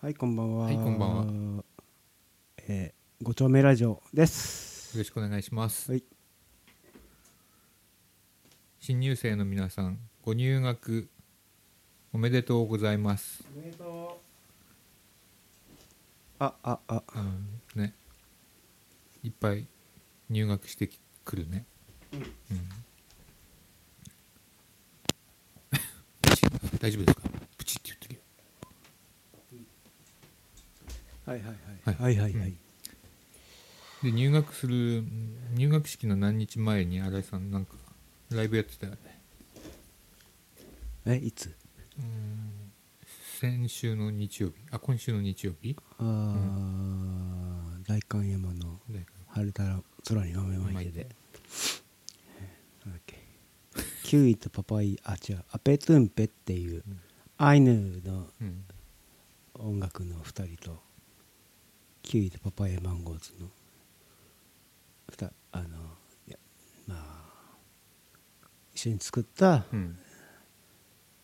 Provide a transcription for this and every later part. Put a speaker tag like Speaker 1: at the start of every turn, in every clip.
Speaker 1: はい、こんばんは。
Speaker 2: はいこんばん
Speaker 1: は。えー、ご丁目ラジオです。
Speaker 2: よろしくお願いします、
Speaker 1: はい
Speaker 2: 新入生の皆さんご入学おめでとうございます、
Speaker 1: おめでとう。あ、あ、あ、
Speaker 2: うん、ねいっぱい入学してきくるねうん、大丈夫ですかプチって言ってるよ
Speaker 1: はいはい
Speaker 2: は
Speaker 1: はいい。はいはいはい。
Speaker 2: で入学する入学式の何日前に新井さんなんかライブやってたよね
Speaker 1: え、いつ
Speaker 2: うーん先週の日曜日あ今週の日曜日
Speaker 1: あー、代官山の
Speaker 2: だよ
Speaker 1: 晴れたら空に豆ま
Speaker 2: まあ
Speaker 1: い
Speaker 2: い
Speaker 1: て
Speaker 2: い
Speaker 1: で
Speaker 2: で。
Speaker 1: なんだっけ。キウイとパパイ、あ、違う、アペトゥンペっていう
Speaker 2: うん、
Speaker 1: アイヌの
Speaker 2: うん
Speaker 1: 音楽の二人とキウイとパパイヤマンゴーズのふたあのいやまあ一緒に作った、
Speaker 2: うん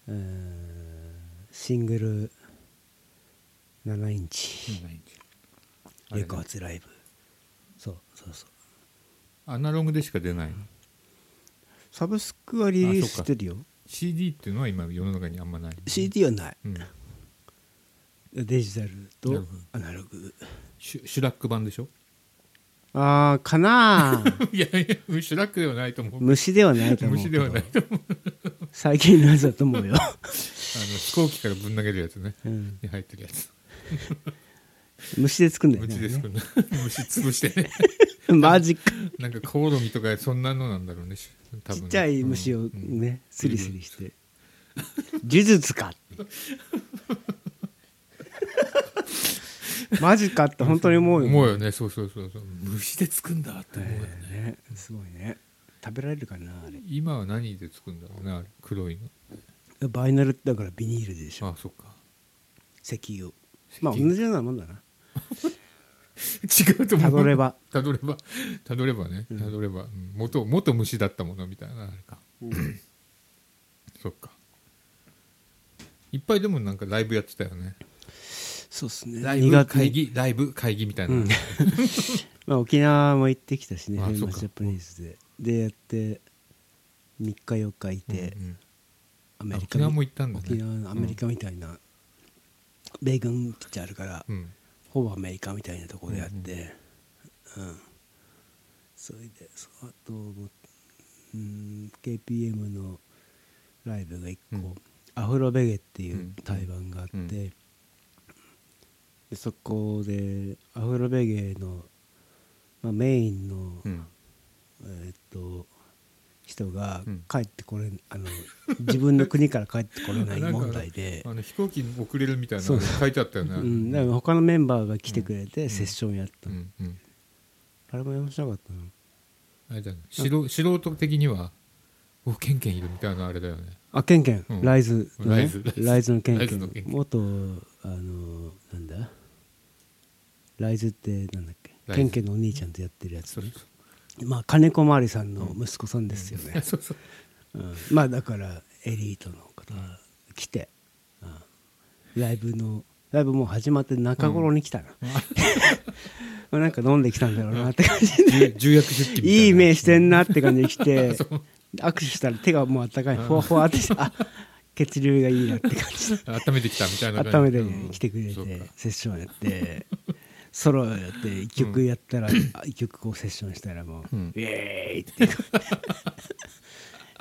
Speaker 1: うーんシングル7インチ
Speaker 2: ないんですよあれね
Speaker 1: レコ発ライブ、そうそうそう
Speaker 2: アナログでしか出ないの
Speaker 1: サブスクはリリース
Speaker 2: あそう
Speaker 1: し
Speaker 2: か
Speaker 1: てるよ
Speaker 2: CD っていうのは今世の中にあんまない、
Speaker 1: CD はない
Speaker 2: うん、
Speaker 1: デジタル
Speaker 2: な
Speaker 1: と
Speaker 2: るほど
Speaker 1: アナログ
Speaker 2: シュシュラック版でしょ
Speaker 1: ああかな あ
Speaker 2: いやいやシュラックではないと思うあの
Speaker 1: 虫ではないと思うけど
Speaker 2: 虫ではないと
Speaker 1: 最近のやつだと思 うよ、
Speaker 2: 飛行機からぶん投げるやつね
Speaker 1: うん
Speaker 2: に入ってるやつ
Speaker 1: 虫で作るんだよ
Speaker 2: う
Speaker 1: ね
Speaker 2: ちですけどね虫潰してね
Speaker 1: マジか
Speaker 2: なんかコオロギとかそんなのなんだろうねし多分
Speaker 1: ち
Speaker 2: ね
Speaker 1: っちゃい虫を
Speaker 2: うん
Speaker 1: ねスリスリして呪術 かマジかって本当に思うよ
Speaker 2: 思うよねそうそうそうそう虫で作んだって思うよね、
Speaker 1: ねすごいね食べられるかなあれ
Speaker 2: 今は何で作るんだろうねあれ黒いの
Speaker 1: バイナルってだからビニールでしょ
Speaker 2: ああそっか
Speaker 1: 石油ま
Speaker 2: 油
Speaker 1: あ同じようなもんだな
Speaker 2: 違うと思
Speaker 1: た
Speaker 2: う
Speaker 1: どれ ば
Speaker 2: たどればたどればね
Speaker 1: うん
Speaker 2: たどれば、うん元元虫だったものみたいなあれか そっかいっぱいでもなんかライブやってたよね
Speaker 1: そうっすね
Speaker 2: ライ
Speaker 1: 2
Speaker 2: ブ
Speaker 1: 月
Speaker 2: 会
Speaker 1: に、
Speaker 2: 議ライブ会議みたいな、
Speaker 1: うんまあ、沖縄も行ってきたしね
Speaker 2: あ
Speaker 1: フェ
Speaker 2: そ
Speaker 1: ー
Speaker 2: う
Speaker 1: マ
Speaker 2: か
Speaker 1: スジャパニーズででやって3日4日いて、
Speaker 2: うん
Speaker 1: アメリカ
Speaker 2: 沖縄も行ったんだね
Speaker 1: 沖縄のアメリカみたいな、米軍基地あるから、
Speaker 2: うんうん
Speaker 1: ほぼアメリカみたいなところであって、うんそれでそのあとうん KPM のライブが1個、
Speaker 2: うん
Speaker 1: アフロベゲっていううん対バンがあって、
Speaker 2: うん
Speaker 1: でそこでアフロベゲの、まあ、メインの、
Speaker 2: うん
Speaker 1: えーっと人が
Speaker 2: うん
Speaker 1: 帰ってこれ、あの自分の国から帰ってこれない
Speaker 2: なんか
Speaker 1: 問題で
Speaker 2: あの飛行機に遅れるみたいな
Speaker 1: そう
Speaker 2: の書いてあったよね
Speaker 1: うん、だから他のメンバーが来てくれてセッションやった
Speaker 2: う
Speaker 1: の、
Speaker 2: んうん
Speaker 1: あれも面白かったの
Speaker 2: あれだよね素人素人的にはおケンケンいるみたいなあれだよね
Speaker 1: あケンケン、
Speaker 2: うん
Speaker 1: ライズの、ね、
Speaker 2: ライズ
Speaker 1: ライズのケンケ
Speaker 2: ライズの
Speaker 1: ン
Speaker 2: ケンケン
Speaker 1: 元あのなんだライズってなんだっけ
Speaker 2: ライ
Speaker 1: ケ
Speaker 2: ズ
Speaker 1: ンケンのお兄ちゃんとやってるやつ
Speaker 2: そう
Speaker 1: ね
Speaker 2: そう
Speaker 1: まあ金子まわりさんの息子さんですよね、
Speaker 2: そうそう
Speaker 1: うんまあだからエリートの方が来て、うんライブのライブもう始まって中頃に来たな、 なんか飲んできたんだろうなって感 じで
Speaker 2: 重重役出勤みたいない
Speaker 1: い目してんなって感じで来て
Speaker 2: そう
Speaker 1: 握手したら手がもうあったかいふわふわってしてあ血流がいいなって感じで
Speaker 2: 温めてきたみたいな
Speaker 1: 温
Speaker 2: 感
Speaker 1: め
Speaker 2: じ
Speaker 1: て来てくれ
Speaker 2: そうか
Speaker 1: てセッションやってソロやって1曲やったら1曲こうセッションしたらもう、
Speaker 2: うん
Speaker 1: イエーイっていう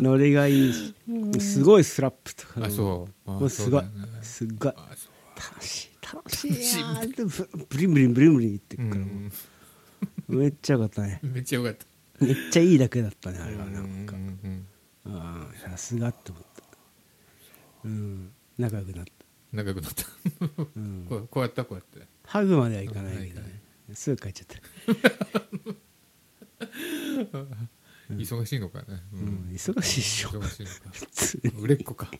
Speaker 1: ノリがいいしすごいスラップとか
Speaker 2: あそうあ
Speaker 1: もうすごい、
Speaker 2: そうだよね
Speaker 1: すっごい
Speaker 2: あそう
Speaker 1: 楽しい楽しいやーってブブリンブリンブリンブリン言って
Speaker 2: う
Speaker 1: くからも
Speaker 2: ん
Speaker 1: う、めっちゃよかったね
Speaker 2: めっちゃよかった
Speaker 1: めっちゃいいだけだったねあれはな
Speaker 2: うん
Speaker 1: か
Speaker 2: うんうん
Speaker 1: ああさすがって思ったうん仲良くなった、
Speaker 2: 仲良くなった
Speaker 1: うん、
Speaker 2: こうこうやったこうやって
Speaker 1: ハグまではいかないけど
Speaker 2: うんはいは
Speaker 1: ねすぐ帰っちゃった、
Speaker 2: 忙しいのかねう
Speaker 1: うんん、忙しいっしょ
Speaker 2: 忙しいのか
Speaker 1: 普通
Speaker 2: 売れっ子か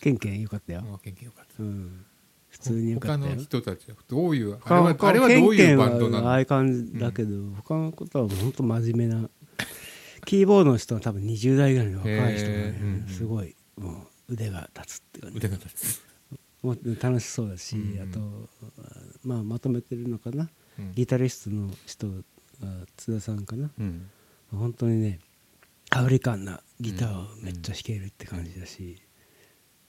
Speaker 1: ケンケンよかったよ、
Speaker 2: あ元気よかった
Speaker 1: うん、普通によか
Speaker 2: 他
Speaker 1: った
Speaker 2: の
Speaker 1: よ
Speaker 2: 人たちはどういうあれ
Speaker 1: 他
Speaker 2: は
Speaker 1: 他
Speaker 2: あれはどういうバン
Speaker 1: ケ
Speaker 2: ドな
Speaker 1: ンケンは
Speaker 2: の
Speaker 1: ああいう感じだけど、他のことは本当真面目なキーボードの人は多分20代ぐらいの若い人がね
Speaker 2: へ、ーうんうん
Speaker 1: すごいもう腕が立つって感じ
Speaker 2: 腕が立つ
Speaker 1: もう楽しそうだし、
Speaker 2: うん
Speaker 1: あと、まあ、まとめてるのかな、
Speaker 2: うん
Speaker 1: ギタリストの人あ津田さんかな、
Speaker 3: うん
Speaker 1: 本当にねアフリカンなギターをめっちゃ弾けるって感じだし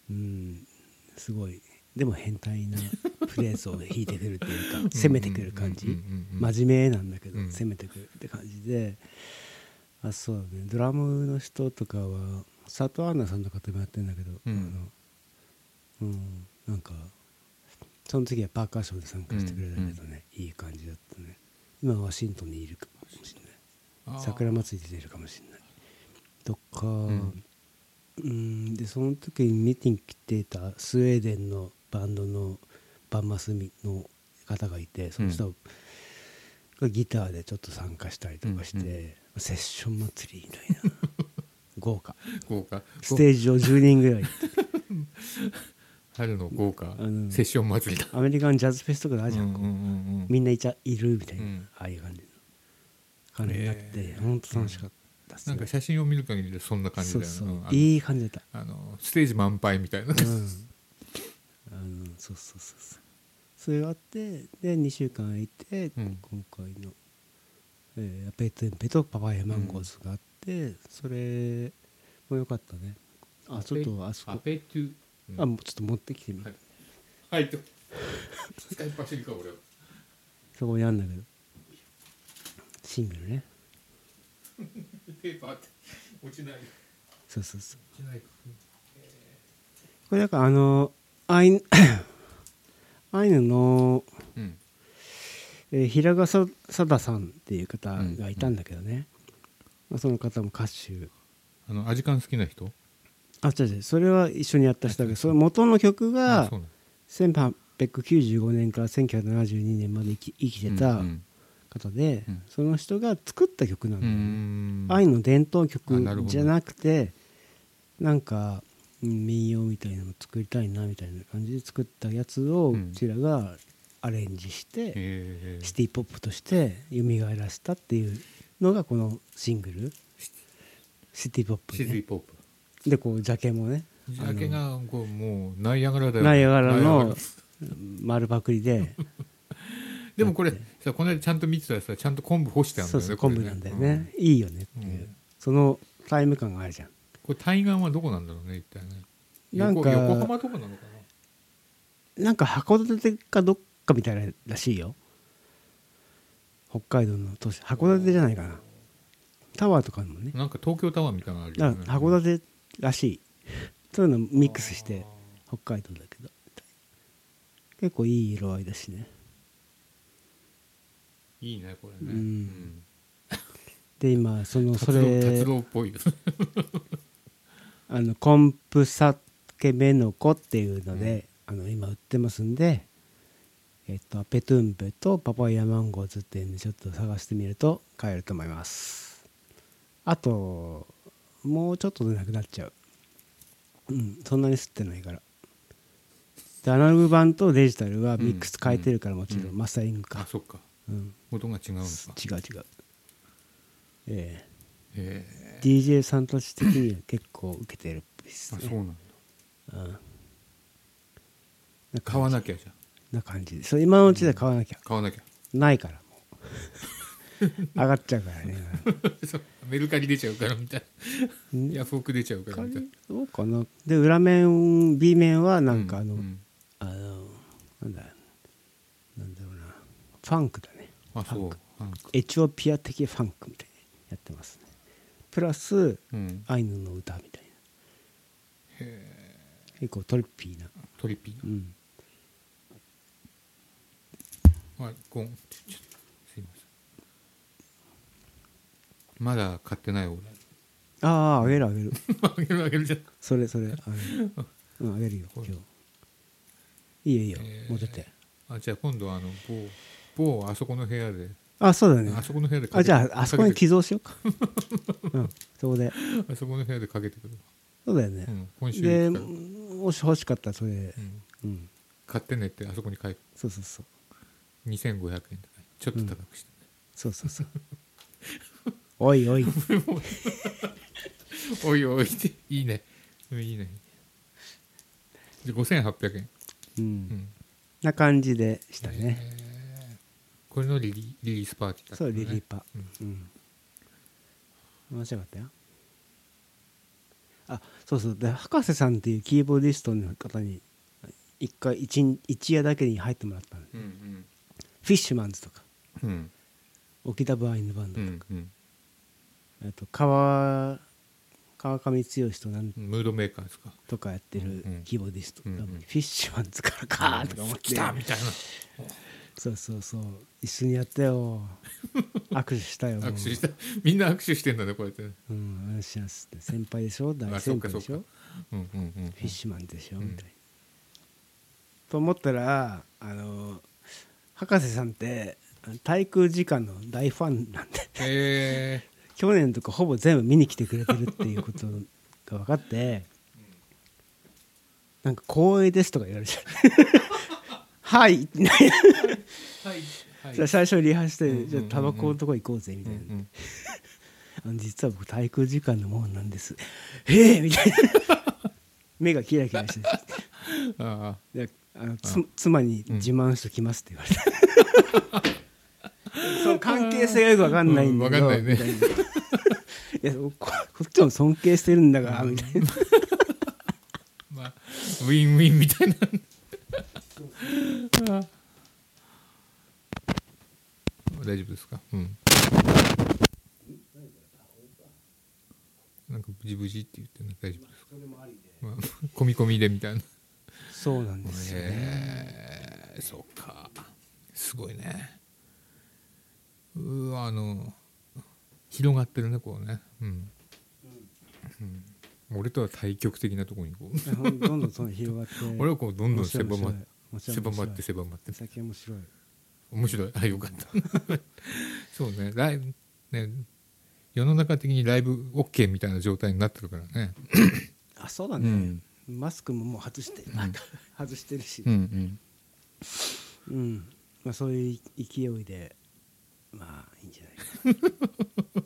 Speaker 1: うん、すごいでも変態なプレースを弾いてくるっていうか攻めてくる感
Speaker 2: うんう
Speaker 1: じ
Speaker 2: んうんうん
Speaker 1: 真面目なんだけど
Speaker 2: うん
Speaker 1: 攻めてくるって感じであそうだねドラムの人とかは佐藤アンナさんとかともやってるんだけど、
Speaker 2: うん
Speaker 1: あのうん、なんかその時はパーカッションで参加してくれたけどね、いい感じだったね今ワシントンにいるかもしれない。
Speaker 2: あー
Speaker 1: 桜祭り出てるかもしれないとか、うんん、でその時に見に来てたスウェーデンのバンドのバンマスの方がいてその人がギターでちょっと参加したりとかして、
Speaker 3: うんう
Speaker 1: セッション祭りみたいな 豪華
Speaker 2: 豪華
Speaker 1: ステー
Speaker 2: ジ
Speaker 1: ジを10人ぐらい
Speaker 2: 春の豪華
Speaker 1: の
Speaker 2: セッション祭りだ
Speaker 1: アメリカのジャズフェスとかであるじゃん、こうみ
Speaker 2: ん
Speaker 1: んないちゃいるみたいな、
Speaker 2: うん
Speaker 1: ああいう感じの感じになって、
Speaker 2: えー
Speaker 1: ほんと楽しかったっす
Speaker 2: な
Speaker 1: ね
Speaker 2: んか写真を見る限りでそんな感じだ
Speaker 1: そ
Speaker 2: よ
Speaker 1: う
Speaker 2: ね
Speaker 1: そう、
Speaker 2: うんあの
Speaker 1: いい感じだった
Speaker 2: あのステージ満杯みたい
Speaker 1: う
Speaker 2: な
Speaker 1: ん、あのそうそうそうそうそれがあってで2週間空いて、
Speaker 2: うん
Speaker 1: 今回の、えー、ペテンペとパパイヤマンゴーズがあって、それも良かったねあちょっとあそこ
Speaker 2: ペトゥ
Speaker 1: あもうちょっと持ってきてみる、
Speaker 2: はいはいと使いっ走りか俺は
Speaker 1: そこにあるんだけどシングルね
Speaker 2: ペーパーって落ちない
Speaker 1: そうそうそう
Speaker 2: 落ちないか
Speaker 1: これだからあのアイヌ アイヌの
Speaker 2: うん
Speaker 1: えー平賀ささださんっていう方がいたんだけどね、まあ、その方も歌手
Speaker 2: あのアジカン好きな人
Speaker 1: あ違う違うそれは一緒にやった人だけどその元の曲
Speaker 2: あ
Speaker 1: が
Speaker 2: そうなの
Speaker 1: 1895年から1972年まで生き生きてた
Speaker 2: うん
Speaker 1: 方で、
Speaker 2: うん
Speaker 1: その人が作った曲なん
Speaker 2: う
Speaker 1: だよね、
Speaker 2: ん
Speaker 1: 愛の伝統
Speaker 2: あ
Speaker 1: 曲
Speaker 2: なるほど
Speaker 1: じゃなくてなんかうん民謡みたいなの作りたいなみたいな感じで作ったやつを
Speaker 2: う
Speaker 1: うんちらがアレンジして、
Speaker 2: えー
Speaker 1: シティ・ポップとして蘇らせたっていうのがこのシングル「シティ・ポップ、
Speaker 2: シテ
Speaker 1: ね
Speaker 2: ィ・ポップ」
Speaker 1: でこうジャケもね
Speaker 2: ジャケがこうもうナイアガラだよね
Speaker 1: ナイアガラ
Speaker 2: ナイアガ
Speaker 1: の丸パクリ で
Speaker 2: でもこれさこの間ちゃんと見てたらさちゃんと昆布干してあるんだ
Speaker 1: そ
Speaker 2: よ
Speaker 1: うそう
Speaker 2: ねこれ
Speaker 1: 昆
Speaker 2: ね
Speaker 1: 布なんだよ
Speaker 2: う
Speaker 1: ねいいよねっていう
Speaker 2: うん
Speaker 1: そのタイム感があるじゃん
Speaker 2: これ対岸はどこなんだろうね一体ね
Speaker 1: なんか
Speaker 2: 横横浜とかなのか
Speaker 1: なんか函館かどっかみたいならしいよ北海道の都市函館じゃないかなタワーとかあるもんね
Speaker 2: ななんか東京タワーみたいなのある
Speaker 1: だ
Speaker 2: よ
Speaker 1: か
Speaker 2: ね
Speaker 1: ら函館らしい そういうのミックスして北海道だけど結構いい色合いだしね
Speaker 2: いいねこれね、
Speaker 1: うんで今そのそ
Speaker 2: それ達
Speaker 1: れ
Speaker 2: 郎っぽいよ
Speaker 1: あのコンプサケメノコっていうので、あの今売ってますんでえっとペトゥンベとパパイヤマンゴーズっていうんでちょっと探してみると買えると思いますあともうちょっとでなくなっちゃううんそんなに吸ってないからでアナログ版とデジタルはミックス変えてるからもちろん、
Speaker 2: うん
Speaker 1: マスタリング
Speaker 2: あ
Speaker 1: か、
Speaker 2: そっか
Speaker 1: うん、
Speaker 2: 音が違うのか
Speaker 1: 違う違うええ
Speaker 2: え
Speaker 1: DJ さんたち的には結構受けてるっぽいです
Speaker 2: ー、あそう
Speaker 1: ね。
Speaker 2: なんだ
Speaker 1: うん
Speaker 2: 買わなきゃじゃあ
Speaker 1: な感じで。それ今のうちで買わなきゃ。
Speaker 2: 買わなきゃ
Speaker 1: ないからもう。 上がっちゃうからね。
Speaker 2: そうメルカリ出ちゃうからみたいなヤフオク出ちゃうからみたいな
Speaker 1: どうかな。で、裏面、B 面はなんかあの、
Speaker 2: ううん
Speaker 1: あの、なんだ、なんだろうな。ファンクだね。
Speaker 2: あそうなんか
Speaker 1: エチオピア的ファンクみたいにやってますね。プラス、
Speaker 2: うん
Speaker 1: アイヌの歌みたいな。結構トリッピーな。
Speaker 2: トリピー
Speaker 1: う。
Speaker 2: なんはい、ゴン。ちょちょすいません。まだ買ってない俺。
Speaker 1: ああ、あげるあげる。
Speaker 2: あげるあげるじゃん。
Speaker 1: それそれあげ,、うん、あげる よ今日いいよいいよ、
Speaker 2: えー
Speaker 1: 持ってって
Speaker 2: あ、じゃあ今度あの、某、某あそこの部屋で、
Speaker 1: あそうだね
Speaker 2: あそこの部屋でか
Speaker 1: あ
Speaker 2: け
Speaker 1: じ
Speaker 2: て
Speaker 1: ゃああそこに
Speaker 2: かけ
Speaker 1: 寄贈しよう かうんそこで
Speaker 2: てあそこの部屋でかけてくる。
Speaker 1: そうだよね
Speaker 2: う、ん、今週
Speaker 1: で
Speaker 2: いつか
Speaker 1: もし欲しかったらそれで
Speaker 2: うん、
Speaker 1: うん
Speaker 2: 買ってねってあそこに買い、
Speaker 1: そうそうそう
Speaker 2: 2500円だから、ちょっと高くして、
Speaker 1: そうそうそうおいおい
Speaker 2: おいおいって、いいね。うんいいね。で、5800円。
Speaker 1: う
Speaker 2: うんん
Speaker 1: な感じでしたね
Speaker 2: えーこれのリリリリースパーティーだった
Speaker 1: そ
Speaker 2: の
Speaker 1: う
Speaker 2: ね
Speaker 1: リリーパ
Speaker 2: うん
Speaker 1: うん面白かったよあそうそうで博士さんっていうキーボーディストの方に一回一日一夜だけに入ってもらったの
Speaker 2: うん
Speaker 1: フィッシュマンズとか
Speaker 2: うんうん
Speaker 1: オキタブアイヌバンド
Speaker 2: う
Speaker 1: とか、
Speaker 2: んうん
Speaker 1: えっと川川上剛となん
Speaker 2: ムードメーカーですか
Speaker 1: とかやってる
Speaker 2: うんうん
Speaker 1: キーボーディスト、
Speaker 2: うんうん
Speaker 1: フィッシュマンズからかーとか思っ
Speaker 2: 来
Speaker 1: て、
Speaker 2: たみたい
Speaker 1: そうそうそう一緒にやった よ握手したよ
Speaker 2: な
Speaker 1: もう
Speaker 2: 握手したみんな握手してんだねこうやって
Speaker 1: うん話しやすって先輩でしょ大
Speaker 2: あそ
Speaker 1: 先
Speaker 2: うか
Speaker 1: 輩で
Speaker 2: そう
Speaker 1: し
Speaker 2: か
Speaker 1: ょ
Speaker 2: うんうんうん
Speaker 1: フィッシュマンでしょ、
Speaker 2: うん
Speaker 1: みたいなと思ったらあの博士さんって対空時間の大ファンなんで
Speaker 2: へえ
Speaker 1: 去年とかほぼ全部見に来てくれてるっていうことが分かってなんか光栄ですとか言われ ちゃうはいってな
Speaker 2: はいは
Speaker 1: じゃあ最初リハして、
Speaker 2: うんうんうん
Speaker 1: じゃあタバコのとこ行こうぜみた
Speaker 2: う
Speaker 1: い
Speaker 2: ん
Speaker 1: な、
Speaker 2: うん
Speaker 1: あの実は僕滞空時間のもんなんですええみたいな 目がキラキラして
Speaker 2: あ
Speaker 1: であのつ妻に自慢しときますって言われた、その関係性がよく分かんないんだけど、
Speaker 2: うん分かんないね
Speaker 1: みたいないやここっちも尊敬してるんだからみたいな
Speaker 2: あまあウィンウィンみたいなああ大丈夫ですかうんなんかブジブジって言ってね大丈夫ですか、まあ、 込み込みでみたいな
Speaker 1: そうなんですよね、
Speaker 2: へえそうかすごいねうわあの広がってるねこうねうん、うん、俺とは対極的なところにこう
Speaker 1: ほんどんどんその広がって
Speaker 2: 俺はこうどんどん狭まって
Speaker 1: 面白い
Speaker 2: 狭
Speaker 1: 面白
Speaker 2: ま
Speaker 1: い
Speaker 2: って狭まって
Speaker 1: 先面白い
Speaker 2: 面白いあよかった そうねライブね世の中的にライブ OK みたいな状態になってるからね
Speaker 1: あそうだ
Speaker 2: う
Speaker 1: ね、
Speaker 2: ん
Speaker 1: マスクももう外して、外してるし
Speaker 2: うんう、ん
Speaker 1: うんまあ、そういう勢いでまあいいんじゃないか な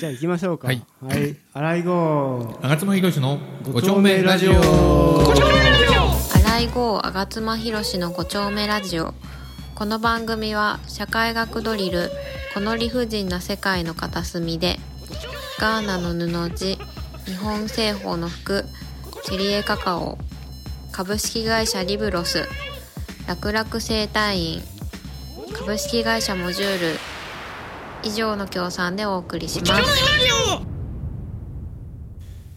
Speaker 1: じゃあ行きましょうか
Speaker 2: はい、
Speaker 1: はい、洗い号
Speaker 2: 吾妻ひろしのご丁目ラジオ
Speaker 3: 新井郷吾妻博の5丁目ラジオこの番組は社会学ドリルこの理不尽な世界の片隅でガーナの布地日本製法の服チェリエカカオ株式会社リブロス楽々生態院株式会社モジュール以上の協賛でお送りします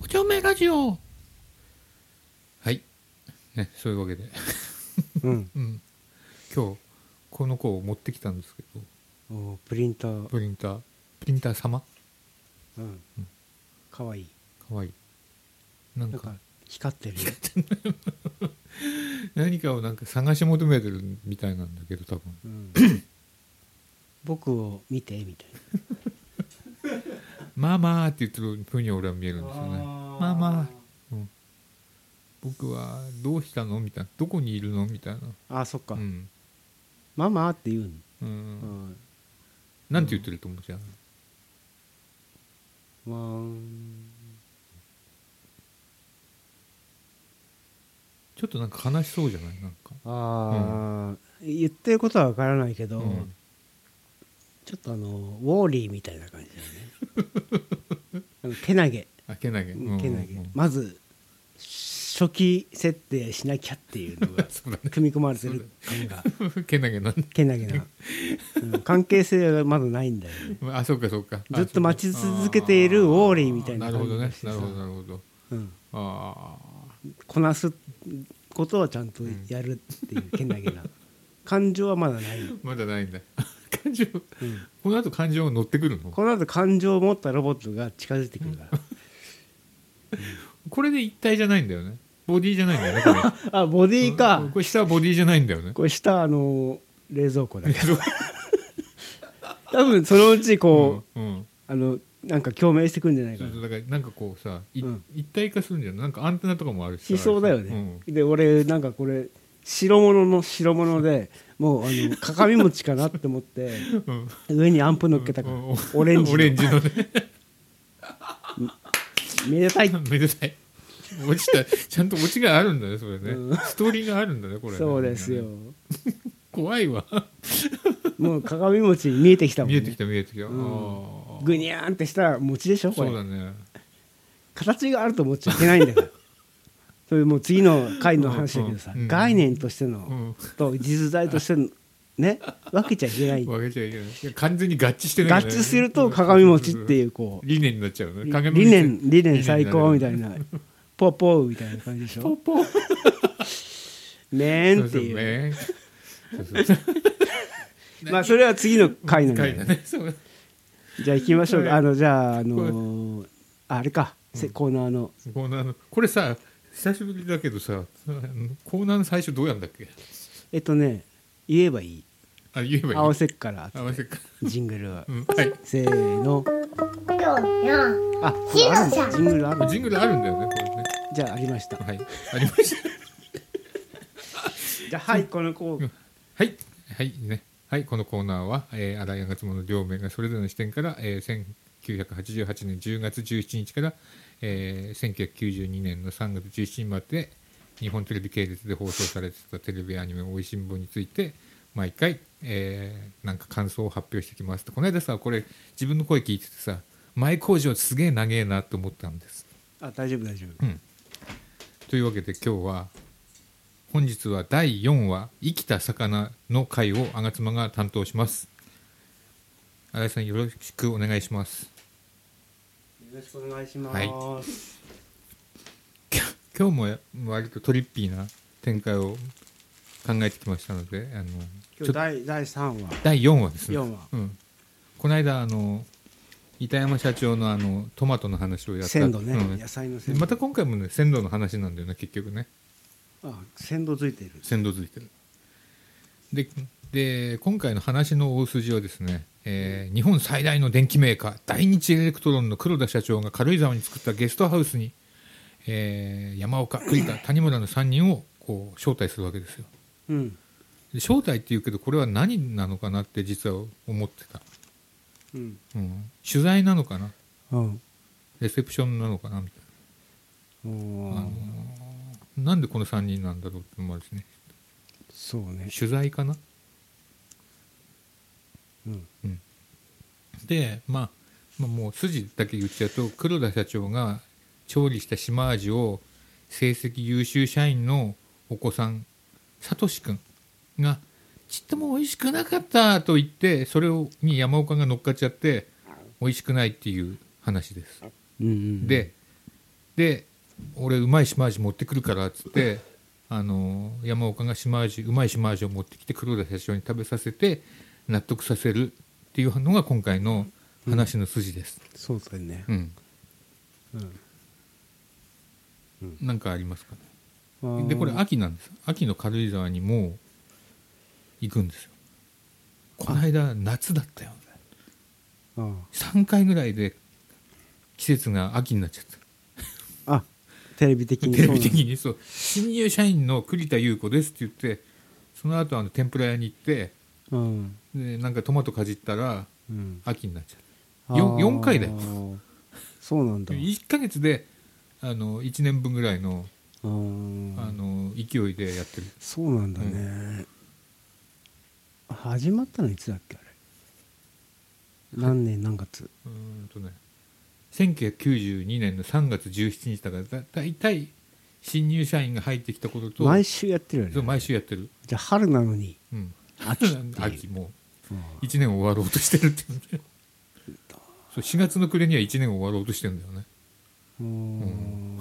Speaker 2: お丁目ラジオはいねそういうわけで、
Speaker 1: うん
Speaker 2: うん、今日この子を持ってきたんですけど
Speaker 1: おープリンター
Speaker 2: プリンタープリンター様
Speaker 1: うんかわいい
Speaker 2: かわいいなん
Speaker 1: な
Speaker 2: か
Speaker 1: んか光ってる
Speaker 2: 何かをなんか探し求めてるみたいなんだけど多分
Speaker 1: うん、僕を見てみたい
Speaker 2: 「まあまあ」って言ってるふうに俺は見えるんですよね「まあまあ、うん、僕はどうしたの?」みたいな「どこにいるの?」みたいな
Speaker 1: なあそっか、
Speaker 2: うん、
Speaker 1: ママって言うの、
Speaker 2: う、
Speaker 1: うんん
Speaker 2: なんて言ってると思うじゃん
Speaker 1: わーん
Speaker 2: ちょっとなんか悲しそうじゃないなんか
Speaker 1: あー、言ってることはわからないけど、
Speaker 2: うん
Speaker 1: ちょっとあのウォーリーみたいな感じだよねあのけなげ
Speaker 2: あけなげ、うんうんうん
Speaker 1: けなげ、まず初期設定しなきゃっていうのが
Speaker 2: そうだね
Speaker 1: 組み込まれてる感が
Speaker 2: けなげなんで
Speaker 1: けなげな、うん関係性がまだないんだよね、
Speaker 2: あそうかそうかあ
Speaker 1: ずっと待ち続けているウォーリーみたいな
Speaker 2: なるほど
Speaker 1: 感
Speaker 2: ね
Speaker 1: じ
Speaker 2: な
Speaker 1: が
Speaker 2: る
Speaker 1: してさ
Speaker 2: ほどなるほど
Speaker 1: うん、
Speaker 2: あ
Speaker 1: こなすことはちゃんとやるっていうけなげな感情はまだない、
Speaker 2: あまだ ないんだ感情こ
Speaker 1: うん
Speaker 2: の後感情乗ってくるの
Speaker 1: この後感情を持ったロボットが近づいてくるから
Speaker 2: これで一体じゃないんだよねボディじゃないんだよねこれ
Speaker 1: あ ボディーか、
Speaker 2: うんこれ下はボディじゃないんだよね
Speaker 1: これ下あの冷蔵庫だけど 多分そのうちこ
Speaker 2: うんうん
Speaker 1: う、あのなんか共鳴してくんじゃないか
Speaker 2: そう
Speaker 1: な
Speaker 2: そうだからなんかこうさい
Speaker 1: うん
Speaker 2: 一体化するんじゃないなんかアンテナとかもあるし
Speaker 1: し
Speaker 2: さ
Speaker 1: そうだよね、で俺なんかこれ白物の白物でもうあの鏡餅かなって思 って
Speaker 2: うんうん
Speaker 1: 上にアンプ乗っけたから、
Speaker 2: うんうん
Speaker 1: オレンジの
Speaker 2: オレンジのね
Speaker 1: めでたい
Speaker 2: めでたい落ちたちゃんと落ちがあるんだねそれね、
Speaker 1: うん
Speaker 2: ストーリーがあるんだねこれね
Speaker 1: そうですよ
Speaker 2: 怖いわ
Speaker 1: もう鏡餅に見えてきたもんね
Speaker 2: 見えてきた見えてきた、ああ
Speaker 1: ぐにゃーんってした餅でしょこれ
Speaker 2: そうだね
Speaker 1: 形があると思っちゃいけないん だからそれもう次の回の話だけどさ、
Speaker 2: うんうん
Speaker 1: 概念としての、
Speaker 2: うん
Speaker 1: と実在としての ね分けちゃいけない
Speaker 2: 分けちゃいけないいや完全に合致してな
Speaker 1: 合
Speaker 2: い、ね、
Speaker 1: 致すると鏡餅っていうこう
Speaker 2: 理念になっちゃうね
Speaker 1: 理
Speaker 2: 鏡餅
Speaker 1: 理念理念最高み
Speaker 2: 理
Speaker 1: たい
Speaker 2: 念になる
Speaker 1: なポーポーみたいな感じでし
Speaker 2: ポ
Speaker 1: ょ
Speaker 2: ポ
Speaker 1: めーんって
Speaker 2: そうそう
Speaker 1: いう
Speaker 2: ねそうそう
Speaker 1: まあそれは次の回なの
Speaker 2: 回
Speaker 1: で
Speaker 2: だねそう
Speaker 1: じゃあ行きましょう
Speaker 2: は
Speaker 1: か
Speaker 2: い
Speaker 1: あのじゃああのーあれかせコーナーの
Speaker 2: コーナーのこれさ久しぶりだけどさあのコーナーの最初どうやんだっけ
Speaker 1: えっとね言えばいい
Speaker 2: あ言えばいい
Speaker 1: 合わせっから
Speaker 2: 合わせか、
Speaker 1: ジングルは
Speaker 2: うん、はい
Speaker 1: せーの
Speaker 4: よ
Speaker 1: あこれあるんだジングルあるんだ
Speaker 2: ジングルあるんだよねこれね
Speaker 1: じゃあありました
Speaker 2: はいありました
Speaker 1: じゃあはいこのこう
Speaker 2: はい、はい、ね。はい、このコーナーは、えー、新井吾妻の両名がそれぞれの視点から、えー、1988年10月17日から、えー、1992年の3月17日まで、日本テレビ系列で放送されてたテレビアニメ「おいしんぼ」について、毎回、えーなんか感想を発表してきますと。この間さ、これ、自分の声聞いててさ、前工場すげえ長えなと思ったんです。
Speaker 1: あ大丈夫大丈夫
Speaker 2: うん、というわけで今日は本日は第4話「生きた魚」の回を吾妻が担当します新井さんよろしくお願いします
Speaker 1: よろしくお願いします
Speaker 2: きょ今日も割とトリッピーな展開を考えてきましたのであの
Speaker 1: 今
Speaker 2: ちょ
Speaker 1: 日第第三話
Speaker 2: 第4話ですね
Speaker 1: 四話
Speaker 2: うん、この間あの板山社長のあのトマトの話をやった
Speaker 1: 鮮度ね、
Speaker 2: うん
Speaker 1: 野菜の
Speaker 2: で
Speaker 1: 鮮度
Speaker 2: また今回もね鮮度の話なんだよね結局ね
Speaker 1: あ鮮度ついてる
Speaker 2: 先導づいてるでで今回の話の大筋はですね、えー日本最大の電機メーカー大日エレクトロンの黒田社長が軽井沢に作ったゲストハウスに、えー山岡栗田谷村の3人をこう招待するわけですよ
Speaker 1: うん
Speaker 2: で招待っていうけどこれは何なのかなって実は思ってた、
Speaker 1: うん
Speaker 2: うん、取材なのかな
Speaker 1: うん
Speaker 2: レセプションなのかなみたい
Speaker 1: おー
Speaker 2: な、あのーなんでこの3人なんだろうってのもあるしね
Speaker 1: そうね
Speaker 2: 取材かな
Speaker 1: うん
Speaker 2: で、まあ、まあもう筋だけ言っちゃうと黒田社長が調理した島味を成績優秀社員のお子さんさとしくんがちっとも美味しくなかったと言ってそれをに山岡が乗っかっちゃって美味しくないっていう話です。
Speaker 1: うんうん
Speaker 2: でで俺うまい島味持ってくるからっつってあの山岡が島味うまい島味を持ってきて黒田社長に食べさせて納得させるっていうのが今回の話の筋です、
Speaker 1: そうだよね
Speaker 2: うん
Speaker 1: うん
Speaker 2: なんかありますか
Speaker 1: あ
Speaker 2: ね
Speaker 1: ー
Speaker 2: でこれ秋なんです秋の軽井沢にもう行くんですよこの間夏だったよ
Speaker 1: あ
Speaker 2: 3回ぐらいで季節が秋になっちゃった
Speaker 1: ああテレビ的に
Speaker 2: テレビ的
Speaker 1: そう
Speaker 2: にそう新入社員の栗田優子ですって言ってその後あの天ぷら屋に行って
Speaker 1: なん
Speaker 2: でなんかトマトかじったら
Speaker 1: うんうん
Speaker 2: 秋になっちゃうよん四回だよ
Speaker 1: あーそうなんだ
Speaker 2: 1ヶ月であの1年分ぐらいの
Speaker 1: あー
Speaker 2: あの勢いでやってる
Speaker 1: そうなんだね、始まったのいつだっけあれ何年何月
Speaker 2: うーんとね1992年の3月17日だからだ大体新入社員が入ってきたことと
Speaker 1: 毎週やってるよ
Speaker 2: そう
Speaker 1: ね
Speaker 2: 毎週やってる、
Speaker 1: じゃあ春なのに
Speaker 2: うん、
Speaker 1: 秋っていう
Speaker 2: 秋も
Speaker 1: うん
Speaker 2: う1年終わろうとしてるって いうねそう4月の暮れには1年終わろうとしてるんだよね
Speaker 1: うん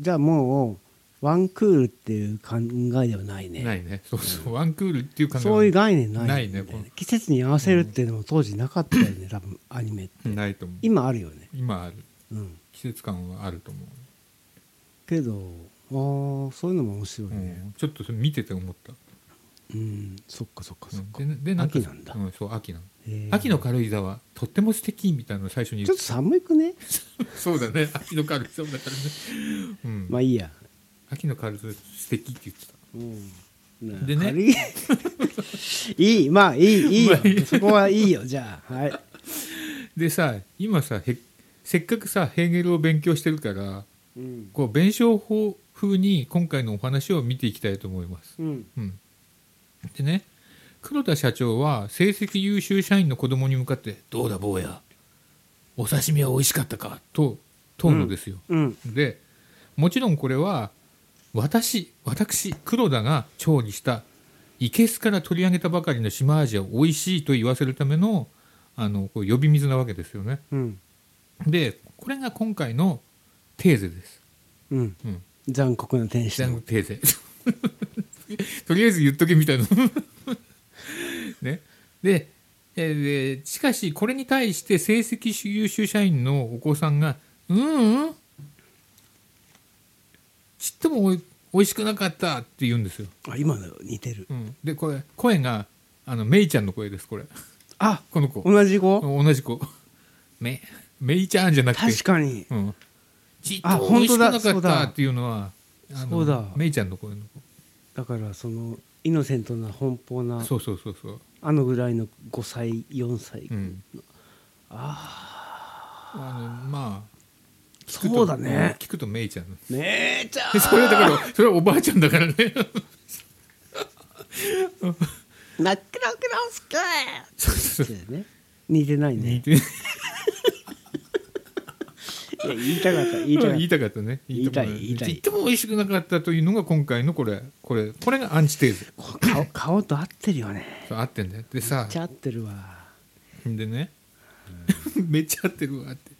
Speaker 1: じゃあもうワンクールっていう考えではないね
Speaker 2: ないね。そうそう、ワンクールっていう感じ
Speaker 1: そういう概念ない
Speaker 2: ないね
Speaker 1: みたい季節に合わせるっていうのも当時なかったよね、多分アニメって
Speaker 2: ないと思う。
Speaker 1: 今あるよね
Speaker 2: 今ある。
Speaker 1: うん
Speaker 2: 季節感はあると思。
Speaker 1: けどあーそういうのも面白いう
Speaker 2: う
Speaker 1: ね
Speaker 2: ん、ちょっとそれ見てて思った。
Speaker 1: うん、そっかそっかそっか、
Speaker 2: うんででなんか
Speaker 1: 秋なんだ
Speaker 2: うん、そう秋なん。
Speaker 1: へー
Speaker 2: 秋の軽井沢とっても素敵みたいなのを最初に
Speaker 1: ちょ
Speaker 2: 言
Speaker 1: っと寒いくね
Speaker 2: てそうだね。秋の軽井沢だか らね。うん。
Speaker 1: まあいいや
Speaker 2: 秋の軽井沢素敵って言ってた。
Speaker 1: うん
Speaker 2: でね
Speaker 1: 軽い いいまあいいいいよ
Speaker 2: まあいい
Speaker 1: そこはいいよじゃあはい
Speaker 2: でさ、今さへせっかくさヘーゲルを勉強してるから、
Speaker 1: ううん
Speaker 2: こう弁証法風に今回のお話を見ていきたいと思います。
Speaker 1: うん
Speaker 2: うん、でね黒田社長は成績優秀社員の子供に向かって「どうだ坊やお刺身は美味しかったか」と問うのですよ。
Speaker 1: うん
Speaker 2: でもちろんこれは私私黒田が調理した生けすから取り上げたばかりの島アジアを美味しいと言わせるためのあのこう呼び水なわけですよね。
Speaker 1: うん
Speaker 2: でこれが今回のテーゼです。
Speaker 1: うん
Speaker 2: うん
Speaker 1: 残酷な 天使
Speaker 2: 全部
Speaker 1: の
Speaker 2: 訂正 とりあえず言っとけみたいなねでえーでしかしこれに対して成績優秀社員のお子さんが「ううんちっともおいおいしくなかった」って言うんですよ、
Speaker 1: あ今の似てる
Speaker 2: うんでこれ声があのメイちゃんの声ですこれ
Speaker 1: あ
Speaker 2: この子
Speaker 1: 同じ語
Speaker 2: 同じ子メメイちゃんじゃなくて
Speaker 1: 確かに
Speaker 2: うん、ちっ
Speaker 1: あ
Speaker 2: ともおいしくな
Speaker 1: 本
Speaker 2: かっ
Speaker 1: 当だそう
Speaker 2: た
Speaker 1: だ
Speaker 2: っていうのはあの
Speaker 1: そうだ
Speaker 2: メイちゃんの声の子
Speaker 1: だからそのイノセントな奔放な
Speaker 2: そうそうそうそう。
Speaker 1: あのぐらいの5歳4歳、
Speaker 2: うん。ああ。まあ。聞くと
Speaker 1: そうだね
Speaker 2: 聞くとメイちゃん。
Speaker 1: ねえちゃ
Speaker 2: でそれだから、それはおばあちゃんだからね。
Speaker 1: んなっくらくらすく
Speaker 2: そうそ
Speaker 1: そ
Speaker 2: うそう
Speaker 1: うだよね似てない
Speaker 2: 似
Speaker 1: ね
Speaker 2: て
Speaker 1: いや言いたかった言いたかっ
Speaker 2: 言いたかったね。
Speaker 1: 言いたい言いたい
Speaker 2: ちっとも美味しくなかったというのが今回のこれ、これ、これがアンチテーゼ。
Speaker 1: た顔顔と合ってるよね
Speaker 2: そう合ってんだよ。で
Speaker 1: め
Speaker 2: さ
Speaker 1: っ、ちゃ合ってるわ
Speaker 2: でね、めっちゃ合ってるわって。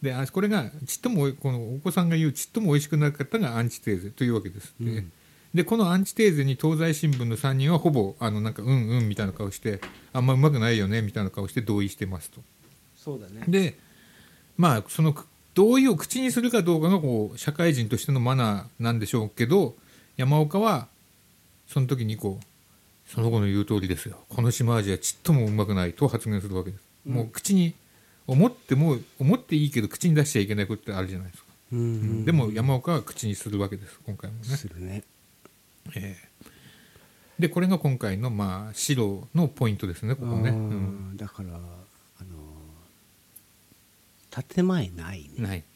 Speaker 2: で、あこれが、ちっとも、このお子さんが言う、ちっとも美味しくなかったがアンチテーゼというわけです。で、
Speaker 1: うん
Speaker 2: でこのアンチテーゼに東西新聞の3人はほぼ、あの、なんか、うんうんみたいな顔して、あんまうまくないよねみたいな顔して同意してますと。
Speaker 1: そうだね
Speaker 2: で、まあ、その同意を口にするかどうかが、こう、社会人としてのマナーなんでしょうけど、山岡は、その時にこう、その子の言う通りですよ。この島味はちっともうまくないと発言するわけです。
Speaker 1: うん
Speaker 2: もう口に、思っても、思っていいけど口に出しちゃいけないことってあるじゃないですか。
Speaker 1: うん、うん、
Speaker 2: でも山岡は口にするわけです、今回もね。
Speaker 1: するね
Speaker 2: ええで、これが今回の、まあ、白のポイントですね、ここね。
Speaker 1: あー
Speaker 2: うん、
Speaker 1: だからあのー建前ないね
Speaker 2: ない。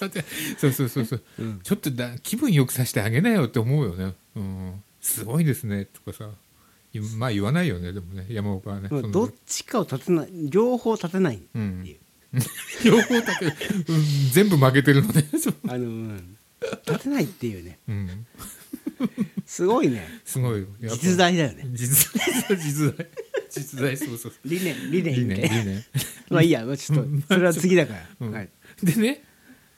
Speaker 2: だってそうそうそうそう。
Speaker 1: うん
Speaker 2: ちょっとだ気分よくさせてあげなよって思うよね、うん、すごいですねとかさいまあ言わないよねでもね山岡はね、
Speaker 1: まあ
Speaker 2: その
Speaker 1: どっちかを立てない両方立てないって
Speaker 2: う
Speaker 1: い
Speaker 2: ん
Speaker 1: う、
Speaker 2: 両方だけ、うん、全部負けてるのね、 そう
Speaker 1: あのうん立てないっていうね
Speaker 2: うん、
Speaker 1: すごいね
Speaker 2: すごいやっぱ
Speaker 1: 実在だよね
Speaker 2: 実在 実在実在そうそう
Speaker 1: 理念理念
Speaker 2: 理
Speaker 1: み
Speaker 2: 念
Speaker 1: たい
Speaker 2: 理
Speaker 1: な
Speaker 2: 念
Speaker 1: まあいいやちょっとそれは次だから、
Speaker 2: うん
Speaker 1: はい、
Speaker 2: でね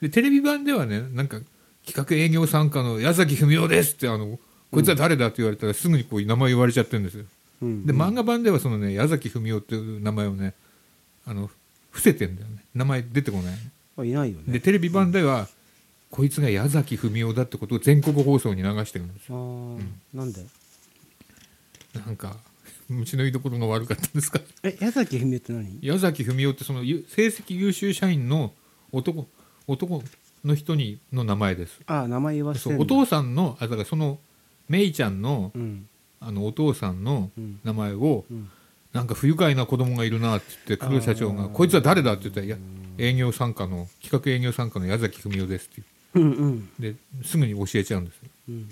Speaker 2: でテレビ版ではねなんか企画営業参加の矢崎文雄ですってあのこいつは誰だって言われたらすぐにこう名前言われちゃってるんですよ
Speaker 1: うん
Speaker 2: で漫画版ではそのね矢崎文雄っていう名前をねあの伏せてんだよね名前出てこない
Speaker 1: あいないよね
Speaker 2: でテレビ版では、こいつが矢崎文雄だってことを全国放送に流してるんです
Speaker 1: あ
Speaker 2: よ
Speaker 1: ーなんで
Speaker 2: なんかうちの居所が悪かったんですか
Speaker 1: え矢崎文雄って何
Speaker 2: 矢崎文雄ってそのゆ成績優秀社員の男男の人にの名前です
Speaker 1: あー名前言わせて
Speaker 2: そ
Speaker 1: ん
Speaker 2: う
Speaker 1: だ
Speaker 2: お父さんのあだからそのメイちゃんの,、
Speaker 1: うん
Speaker 2: あのお父さんの名前を、
Speaker 1: うん
Speaker 2: なんか不愉快な子供がいるなって言って黒田社長が「こいつは誰だ?」って言ったらいや「営業参加の企画営業参加の矢崎文雄です」って
Speaker 1: うんうん
Speaker 2: 言うですぐに教えちゃうんですよ
Speaker 1: うん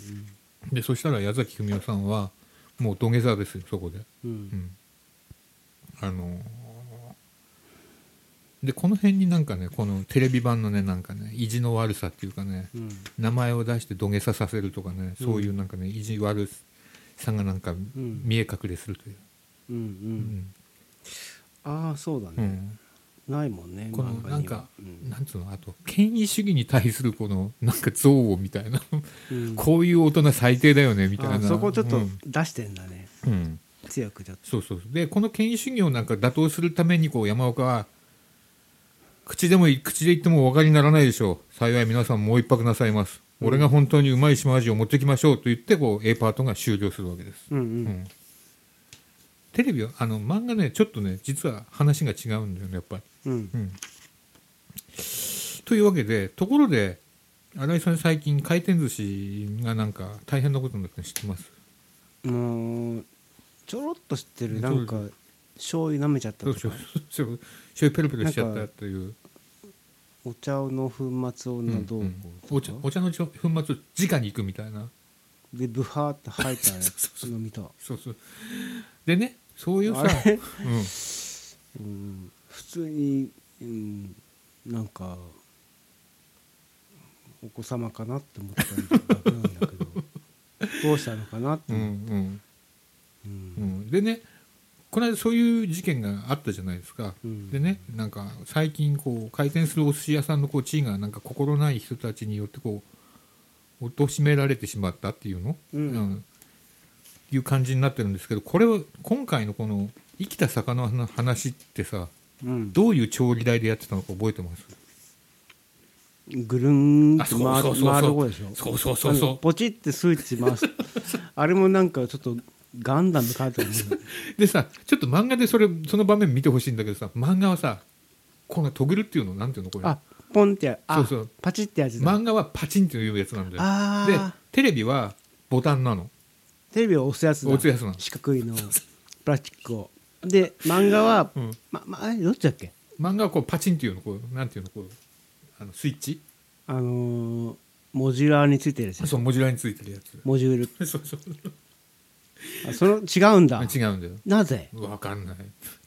Speaker 2: でそしたら矢崎文雄さんはもう土下座ですよそこで、
Speaker 1: う
Speaker 2: うんん、あのーでこの辺になんかねこのテレビ版のねなんかね意地の悪さっていうかね、
Speaker 1: うん
Speaker 2: 名前を出して土下座させるとかね、そういうなんかね意地悪さがなんか
Speaker 1: ん
Speaker 2: 見え隠れするという、
Speaker 1: うんうんああそうだ
Speaker 2: うんう
Speaker 1: ね、
Speaker 2: ん
Speaker 1: ないもんね
Speaker 2: この
Speaker 1: 漫画には
Speaker 2: なんか、
Speaker 1: うん
Speaker 2: なんつうのあと権威主義に対するこのなんか憎悪みたいな
Speaker 1: うん
Speaker 2: こういう大人最低だよねみたい
Speaker 1: あ
Speaker 2: な
Speaker 1: ーそこちょっと
Speaker 2: うん
Speaker 1: 出してんだね、
Speaker 2: うん
Speaker 1: 強くちょっと
Speaker 2: そうそうでこの権威主義をなんか打倒するためにこう山岡は口でもい口で言ってもお分かりにならないでしょう幸い皆さんもう一泊なさいます、俺が本当にうまい島味を持ってきましょうと言ってこう A パートが終了するわけです、
Speaker 1: うんう
Speaker 2: うんんテレビはあの漫画ねちょっとね実は話が違うんだよねやっぱり。
Speaker 1: うん
Speaker 2: うん、というわけでところで新井さん最近回転寿司がなんか大変なことになってるの知ってます
Speaker 1: もうちょろっと知ってるなんか醤油舐めちゃった
Speaker 2: そう
Speaker 1: と
Speaker 2: そう
Speaker 1: か
Speaker 2: そうそう醤油ペロペロしちゃったという
Speaker 1: お茶の粉末をなどうこうとか
Speaker 2: お茶お茶の粉末を直に行くみたいな
Speaker 1: でブハーって吐いたや
Speaker 2: そうそう
Speaker 1: つ飲みた
Speaker 2: そうそうでねそういうさ
Speaker 1: あれ、
Speaker 2: うん、
Speaker 1: うん普通に、うん、なんかお子様かなって思っただけなんだけどどうしたのかなって、
Speaker 2: う
Speaker 1: うん
Speaker 2: ん
Speaker 1: う
Speaker 2: うんうんん、でねこの間そういう事件があったじゃないですか、
Speaker 1: うん
Speaker 2: でねなんか最近こう開店するお寿司屋さんのこう地位がなんか心ない人たちによってこう貶められてしまったっていうの、
Speaker 1: うん
Speaker 2: いう感じになってるんですけどこれを今回のこの生きた魚の話ってさ
Speaker 1: うん
Speaker 2: どういう調理台でやってたのか覚えてます
Speaker 1: ぐるん
Speaker 2: あ
Speaker 1: って
Speaker 2: そう
Speaker 1: 回
Speaker 2: そう
Speaker 1: る
Speaker 2: そう
Speaker 1: 回る
Speaker 2: そ
Speaker 1: 方
Speaker 2: う
Speaker 1: でしょ
Speaker 2: そうそうそうそう
Speaker 1: あのポチってスイッチ回すあれもなんかちょっとガンダム書いてあるもんね
Speaker 2: でさちょっと漫画でそれその場面見てほしいんだけどさ漫画はさこのトグルっていうのなんていうのこれ
Speaker 1: あポンってあ
Speaker 2: そうそう
Speaker 1: パチってやつだ
Speaker 2: 漫画はパチンっていうやつなんだよ
Speaker 1: あ
Speaker 2: で
Speaker 1: ー
Speaker 2: テレビはボタンなの
Speaker 1: テレビを押すやつだ
Speaker 2: 押すやつなの
Speaker 1: 四角いのプラスチックをで漫画は、
Speaker 2: うん
Speaker 1: ままあれどっちだっけ
Speaker 2: 漫画はこうパチンっていうのこうなんていうのこうあのスイッチ
Speaker 1: あのーモジュラーについてるやつ
Speaker 2: そうモジュラーについてるやつ
Speaker 1: モジュール
Speaker 2: そうそう
Speaker 1: あその違うんだ
Speaker 2: 違うんだよ
Speaker 1: なぜ
Speaker 2: わかんない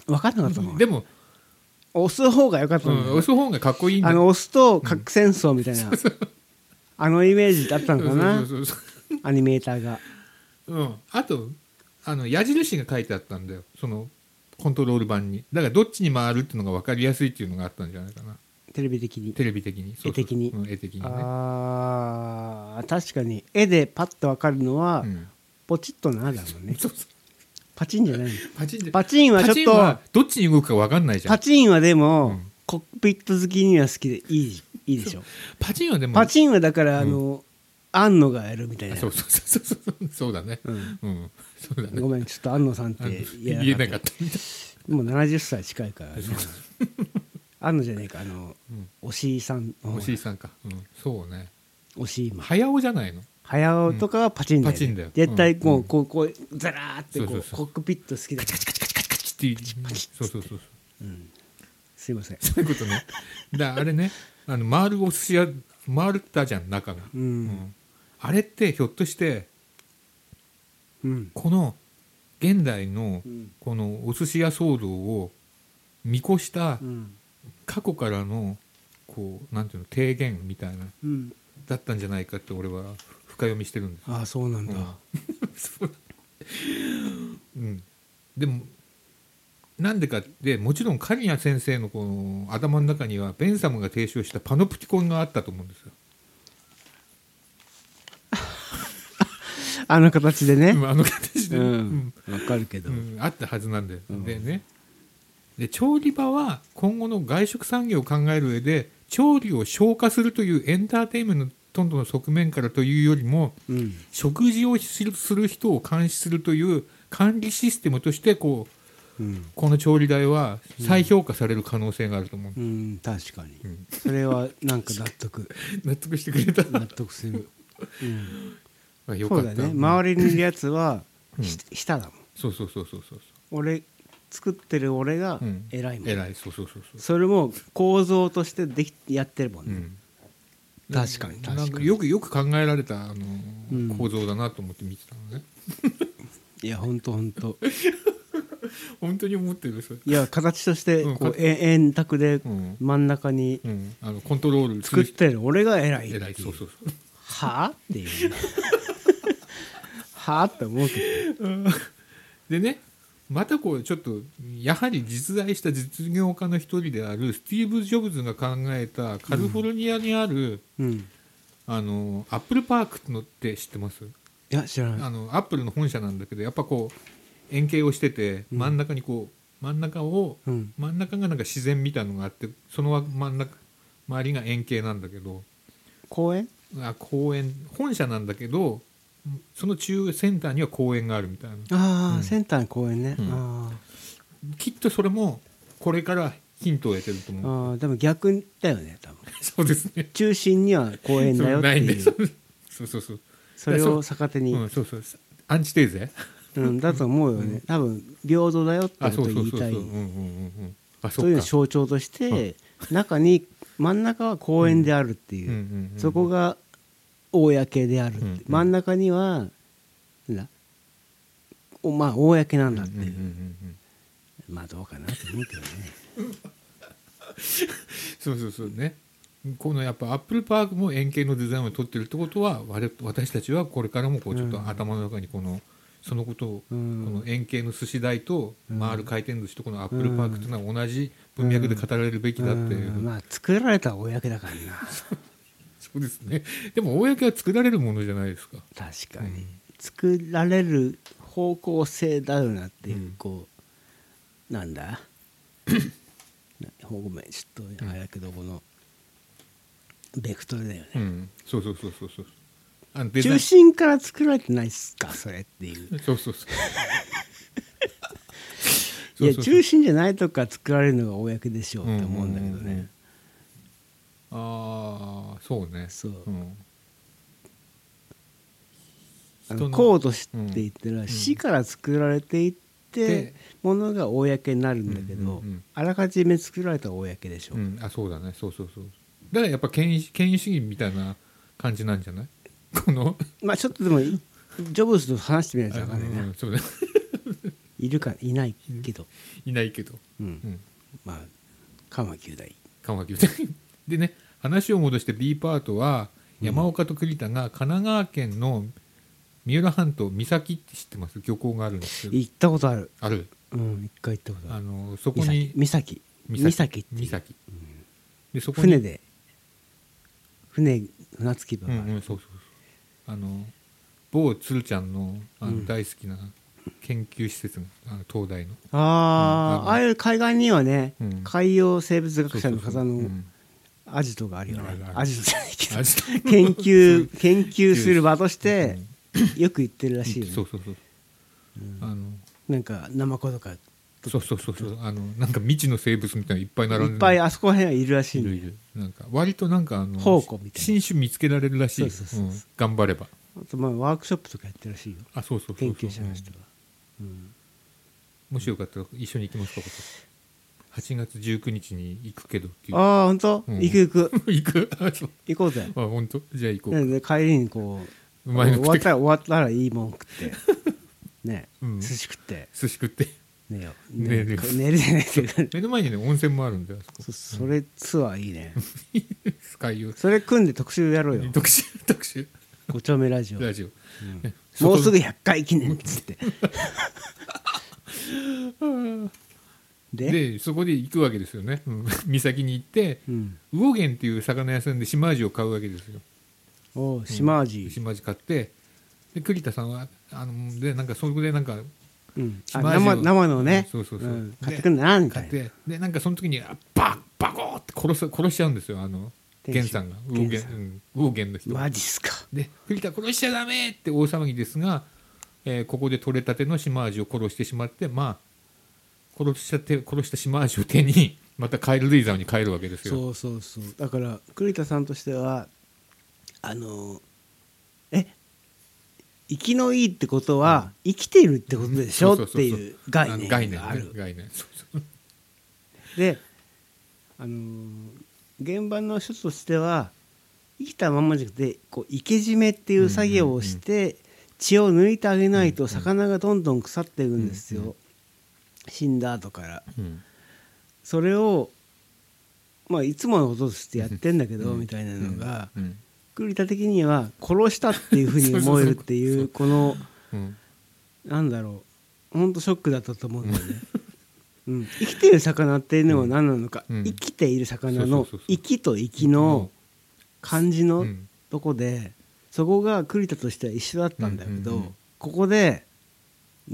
Speaker 1: 分かんなかったの
Speaker 2: でも、
Speaker 1: 押す方が良かった
Speaker 2: うん
Speaker 1: だよ、
Speaker 2: ん、押す方がかっこいいんだ
Speaker 1: あの押すと核戦争みたいな、あのイメージだった
Speaker 2: そう
Speaker 1: の
Speaker 2: そ
Speaker 1: か
Speaker 2: う
Speaker 1: な
Speaker 2: そうそう
Speaker 1: アニメーターが
Speaker 2: うん、あとあの矢印が書いてあったんだよそのコントロール版にだからどっちに回るっていうのが分かりやすいっていうのがあったんじゃないかな
Speaker 1: テレビ的に
Speaker 2: テレビ的にそうそ
Speaker 1: 絵
Speaker 2: う
Speaker 1: 的に
Speaker 2: うん、絵的にね
Speaker 1: あー確かに絵でパッと分かるのは、
Speaker 2: うん
Speaker 1: ポチッとなだもんね
Speaker 2: そうそう
Speaker 1: パチンじゃないの
Speaker 2: パチンで
Speaker 1: パチンはちょっと
Speaker 2: パチンはどっちに動くか分かんないじゃん
Speaker 1: パチンはでも、
Speaker 2: うん
Speaker 1: コックピット好きには好きでいいいいでしょ
Speaker 2: パチンはでも
Speaker 1: パチンはだからあの、安野がやるみたいな
Speaker 2: そうそうそうそうそうそうだね
Speaker 1: うん
Speaker 2: うんそうだ
Speaker 1: ご
Speaker 2: ね
Speaker 1: めんちょっと安野さんって
Speaker 2: あの
Speaker 1: 言
Speaker 2: 言え
Speaker 1: えな
Speaker 2: な
Speaker 1: か
Speaker 2: か
Speaker 1: っ
Speaker 2: ったみたい
Speaker 1: たもう70歳近いからね安野じゃねえかあの、
Speaker 2: うん
Speaker 1: おしいさんの方
Speaker 2: おしいさんかうんそうね
Speaker 1: おしいま
Speaker 2: 早尾じゃないの
Speaker 1: 早尾とかはパチンだよ,、
Speaker 2: パチンだよ
Speaker 1: 絶対こう,、
Speaker 2: うん
Speaker 1: こうこうザラーってこう
Speaker 2: そうそうそう
Speaker 1: コックピット好きだから
Speaker 2: カチッていうそうそうそうそう
Speaker 1: すいません
Speaker 2: そういうことね。だあれね、あの回るお寿司屋回ったじゃん中が、
Speaker 1: うん
Speaker 2: あれってひょっとして
Speaker 1: うん
Speaker 2: この現代の
Speaker 1: うん
Speaker 2: このお寿司屋騒動を見越した
Speaker 1: うん
Speaker 2: 過去からのこうなんていうの提言みたいな
Speaker 1: うん
Speaker 2: だったんじゃないかって俺は深読みしてるんです。
Speaker 1: ああそうなんだ、
Speaker 2: そううん、でもなんでかってもちろん刈谷先生のこの頭の中にはベンサムが提唱したパノプティコンがあったと思うんですよ。
Speaker 1: あの形でね
Speaker 2: うんあの形で、
Speaker 1: う
Speaker 2: うん
Speaker 1: んわ、かるけど、
Speaker 2: うんあったはずなんだよ。でねで調理場は今後の外食産業を考える上で調理を消化するというエンターテインメントの側面からというよりも
Speaker 1: うん
Speaker 2: 食事をするする人を監視するという管理システムとしてこう
Speaker 1: うん
Speaker 2: この調理台は再評価される可能性があると思う、
Speaker 1: うん確かに、
Speaker 2: ん
Speaker 1: それはなんか納得
Speaker 2: 納得してくれた
Speaker 1: 納得する、うん、
Speaker 2: あよ
Speaker 1: そ
Speaker 2: か
Speaker 1: う
Speaker 2: った
Speaker 1: だね周りにいるやつは、
Speaker 2: うん
Speaker 1: ひ下だもん
Speaker 2: そうそうそうそうそう
Speaker 1: 俺作ってる俺が
Speaker 2: うん
Speaker 1: 偉いもん、
Speaker 2: 偉いそうそうそうそ
Speaker 1: それも構造としてできやってるもん
Speaker 2: う、う
Speaker 1: ね、
Speaker 2: ん、
Speaker 1: 確かに確か
Speaker 2: な
Speaker 1: に
Speaker 2: んかよくよく考えられたあの、
Speaker 1: うん
Speaker 2: 構造だなと思って見てたのね
Speaker 1: いやほんとほんと
Speaker 2: 本当に思ってるそれ、
Speaker 1: いや形として
Speaker 2: うん
Speaker 1: こう
Speaker 2: か
Speaker 1: え円卓で
Speaker 2: うん
Speaker 1: 真ん中に
Speaker 2: うん、あのコントロールす
Speaker 1: 作
Speaker 2: る
Speaker 1: っ
Speaker 2: 人
Speaker 1: てる俺が偉いって
Speaker 2: 偉
Speaker 1: い
Speaker 2: いうそうそうそう
Speaker 1: はあっていう ねはあって思うけど
Speaker 2: でねまたこうちょっとやはり実在した実業家の一人であるスティーブ・ジョブズが考えたカリフォルニアにある、
Speaker 1: うんい
Speaker 2: あのアップルパークのって知ってます
Speaker 1: や知らない
Speaker 2: あのアップルの本社なんだけどやっぱこう円形をしてて
Speaker 1: うん
Speaker 2: 真ん中にこう真ん中を、
Speaker 1: うん
Speaker 2: 真ん中がなんか自然みたいのがあってその真ん中周りが円形なんだけど
Speaker 1: 公園
Speaker 2: あ公園本社なんだけどその中センターには公園があるみたいな
Speaker 1: ああ、
Speaker 2: うん
Speaker 1: センターの公園ね、
Speaker 2: うん
Speaker 1: ああ
Speaker 2: きっとそれもこれからヒントを得てると思う
Speaker 1: ああでも逆だよね多分
Speaker 2: そうですね
Speaker 1: 中心には公園だよ
Speaker 2: そう
Speaker 1: って
Speaker 2: ないん
Speaker 1: い
Speaker 2: で
Speaker 1: う
Speaker 2: そ
Speaker 1: そう
Speaker 2: そうそうそう
Speaker 1: れを逆手に、う
Speaker 2: うんんそうそうアンチテーゼ
Speaker 1: だと思うよね、多分平等だよってこ
Speaker 2: あ
Speaker 1: と
Speaker 2: そ
Speaker 1: を
Speaker 2: うそ
Speaker 1: 言
Speaker 2: う
Speaker 1: い
Speaker 2: そうそう
Speaker 1: た
Speaker 2: う
Speaker 1: い
Speaker 2: んうんうんうんあそ
Speaker 1: そういう
Speaker 2: っ
Speaker 1: の
Speaker 2: か
Speaker 1: 象徴として、中に真ん中は公園であるっていう、
Speaker 2: うんうんうんうん
Speaker 1: そこが公であるって、
Speaker 2: うんうん
Speaker 1: 真ん中にはなんだおまあ公なんだっていう、まあどうかなと思うけどね
Speaker 2: そうそうそうねこのやっぱアップルパークも円形のデザインを取ってるってことは我々私たちはこれからもこうちょっと頭の中にこの、そのことを、
Speaker 1: うん
Speaker 2: この円形の寿司台と回る回転寿司とこのアップルパークっていうのは同じ文脈で語られるべきだっていう、
Speaker 1: うんまあ作られた公だからな
Speaker 2: そうですねでも公は作られるものじゃないですか
Speaker 1: 確かに、作られる方向性だよなっていう、
Speaker 2: うん
Speaker 1: こうなんだ なごめんちょっとあれだけどこのベクトルだよね、
Speaker 2: うんそうそうそうそうそうあのデザイ
Speaker 1: 中
Speaker 2: ン
Speaker 1: 心から作られてないっすかそれっていう
Speaker 2: そうそうそう
Speaker 1: いや
Speaker 2: そうそうそう
Speaker 1: 中心じゃないとこから作られるのが公でしょうって思うんだけどね、
Speaker 2: うんうんうんうんああそうね
Speaker 1: そう
Speaker 2: うん、
Speaker 1: あ
Speaker 2: 人
Speaker 1: の
Speaker 2: の
Speaker 1: 公として言ったら、死から作られていって
Speaker 2: で
Speaker 1: ものが公になるんだけど、
Speaker 2: うんうんうん
Speaker 1: あらかじめ作られた公でしょ、
Speaker 2: うん、あそうだねそうそうそうだからやっぱ権威権威主義みたいな感じなんじゃないこの
Speaker 1: まあちょっとでもジョブズと話してみないと分かんないな、
Speaker 2: うんそうだ
Speaker 1: いるかいないけど、
Speaker 2: いないけど、
Speaker 1: うん
Speaker 2: うん、
Speaker 1: まあカマ九代
Speaker 2: 緩和球隊 でね話を戻して B パートは山岡と栗田が神奈川県の三浦半島三崎って知ってます漁港があるんですけど
Speaker 1: 行ったことある
Speaker 2: ある
Speaker 1: うん一回行ったことあ
Speaker 2: あ
Speaker 1: る
Speaker 2: のそこ
Speaker 1: 岬
Speaker 2: に
Speaker 1: 岬岬っていう
Speaker 2: 三崎でそこに
Speaker 1: 船で船船着き場
Speaker 2: う
Speaker 1: があ
Speaker 2: ん
Speaker 1: る、
Speaker 2: うんそうそうそうあの某鶴ちゃんのあ
Speaker 1: うん
Speaker 2: の大好きな研究施設があの東大の
Speaker 1: あー、
Speaker 2: うん
Speaker 1: ああいう海岸にはね、
Speaker 2: うん
Speaker 1: 海洋生物学
Speaker 2: そう
Speaker 1: 者
Speaker 2: そ
Speaker 1: の方
Speaker 2: うそうう
Speaker 1: の
Speaker 2: ん
Speaker 1: アジトがあるよ
Speaker 2: ある
Speaker 1: ね
Speaker 2: ある
Speaker 1: アジトじゃないけど
Speaker 2: アジト
Speaker 1: 研究研究する場としてよく行ってるらしいよね
Speaker 2: そうそうそうあの
Speaker 1: なんかナマコとか
Speaker 2: そうそうそうそうあのなんか未知の生物みたいなのいっぱい並んで
Speaker 1: いっぱいあそこら辺はいるらしい
Speaker 2: い
Speaker 1: んだ
Speaker 2: る
Speaker 1: よ
Speaker 2: いるなんか割となんかあの
Speaker 1: 宝庫みたいな
Speaker 2: 新種見つけられるらしい
Speaker 1: そうそうそう
Speaker 2: うん頑張れば
Speaker 1: あとまあワークショップとかやってるらしいよ
Speaker 2: あそうそうそう
Speaker 1: 研究者
Speaker 2: そう
Speaker 1: の人が、
Speaker 2: もしよかったら一緒に行きますかここ8月19日に行くけどっていう
Speaker 1: ああ本当、
Speaker 2: うん
Speaker 1: 行く行く
Speaker 2: 行くあそう
Speaker 1: 行こうぜ
Speaker 2: あ本当じゃあ行こう
Speaker 1: なので帰りにこう
Speaker 2: うまいの
Speaker 1: 終
Speaker 2: 食って
Speaker 1: わったら終わったらいいもん食って ね、
Speaker 2: うん
Speaker 1: 寿司食って
Speaker 2: 寿司食って
Speaker 1: 寝よう
Speaker 2: 寝
Speaker 1: ね
Speaker 2: る
Speaker 1: 寝るじゃないけど
Speaker 2: 目の前にね温泉もあるんであそこ
Speaker 1: そそれツアーいいね
Speaker 2: スカイを
Speaker 1: それ組んで特集やろうよ
Speaker 2: 特集特集
Speaker 1: 五丁目ラジオ
Speaker 2: ラジオね
Speaker 1: もうすぐ100回記念っつって で
Speaker 2: でそこで行くわけですよねうん 岬に行って
Speaker 1: うん、
Speaker 2: 魚源っていう魚屋さんで島味を買うわけですよ
Speaker 1: おう島味、
Speaker 2: 島味買ってで栗田さんはあのでなんかそこでなんか
Speaker 1: うん、あ
Speaker 2: 島味
Speaker 1: 生
Speaker 2: を
Speaker 1: 生のね、
Speaker 2: そうそうそうんで
Speaker 1: 買ってくんだなみた
Speaker 2: 買っ
Speaker 1: いな
Speaker 2: てでなんかその時にあバッバコーって殺す殺しちゃうんですよあの
Speaker 1: 店
Speaker 2: 源
Speaker 1: 主
Speaker 2: さんが魚
Speaker 1: 源さん
Speaker 2: 源うん魚源の人
Speaker 1: マジっすか
Speaker 2: で栗田殺しちゃダメって大騒ぎですが、えーここで取れたての島味を殺してしまってまあ殺しちゃって殺した島味を手にまたカエルレイザーに帰るわけですよ
Speaker 1: そうそうそうだから栗田さんとしてはあのえ生きのいいってことは生きているってことでしょ
Speaker 2: そう
Speaker 1: っ
Speaker 2: そう
Speaker 1: て
Speaker 2: そうそう
Speaker 1: いう概念
Speaker 2: 概念
Speaker 1: がある
Speaker 2: ね概念そうそう
Speaker 1: であのー現場の人としては生きたまんまじゃなくてこう生け締めっていう作業をして血を抜いてあげないと魚がどんどん腐っていくんです
Speaker 2: うんう
Speaker 1: よ死んだ後から。
Speaker 2: うん
Speaker 1: それをまあいつものこととしてやってんだけど
Speaker 2: うん
Speaker 1: みたいなのが
Speaker 2: うん
Speaker 1: 栗田的には殺したっていうふうに思えるってい
Speaker 2: そうう
Speaker 1: この
Speaker 2: うん
Speaker 1: なんだろうほんとショックだったと思うんだよね。 うん、生きている魚っていうのは何なのか、
Speaker 2: うん
Speaker 1: 生きている魚
Speaker 2: そう
Speaker 1: の
Speaker 2: そうそうそう
Speaker 1: 生きと生きの漢字
Speaker 2: う
Speaker 1: の
Speaker 2: ん
Speaker 1: とこでそこが栗田としては一緒だったんだけど、
Speaker 2: うんうんうん
Speaker 1: ここで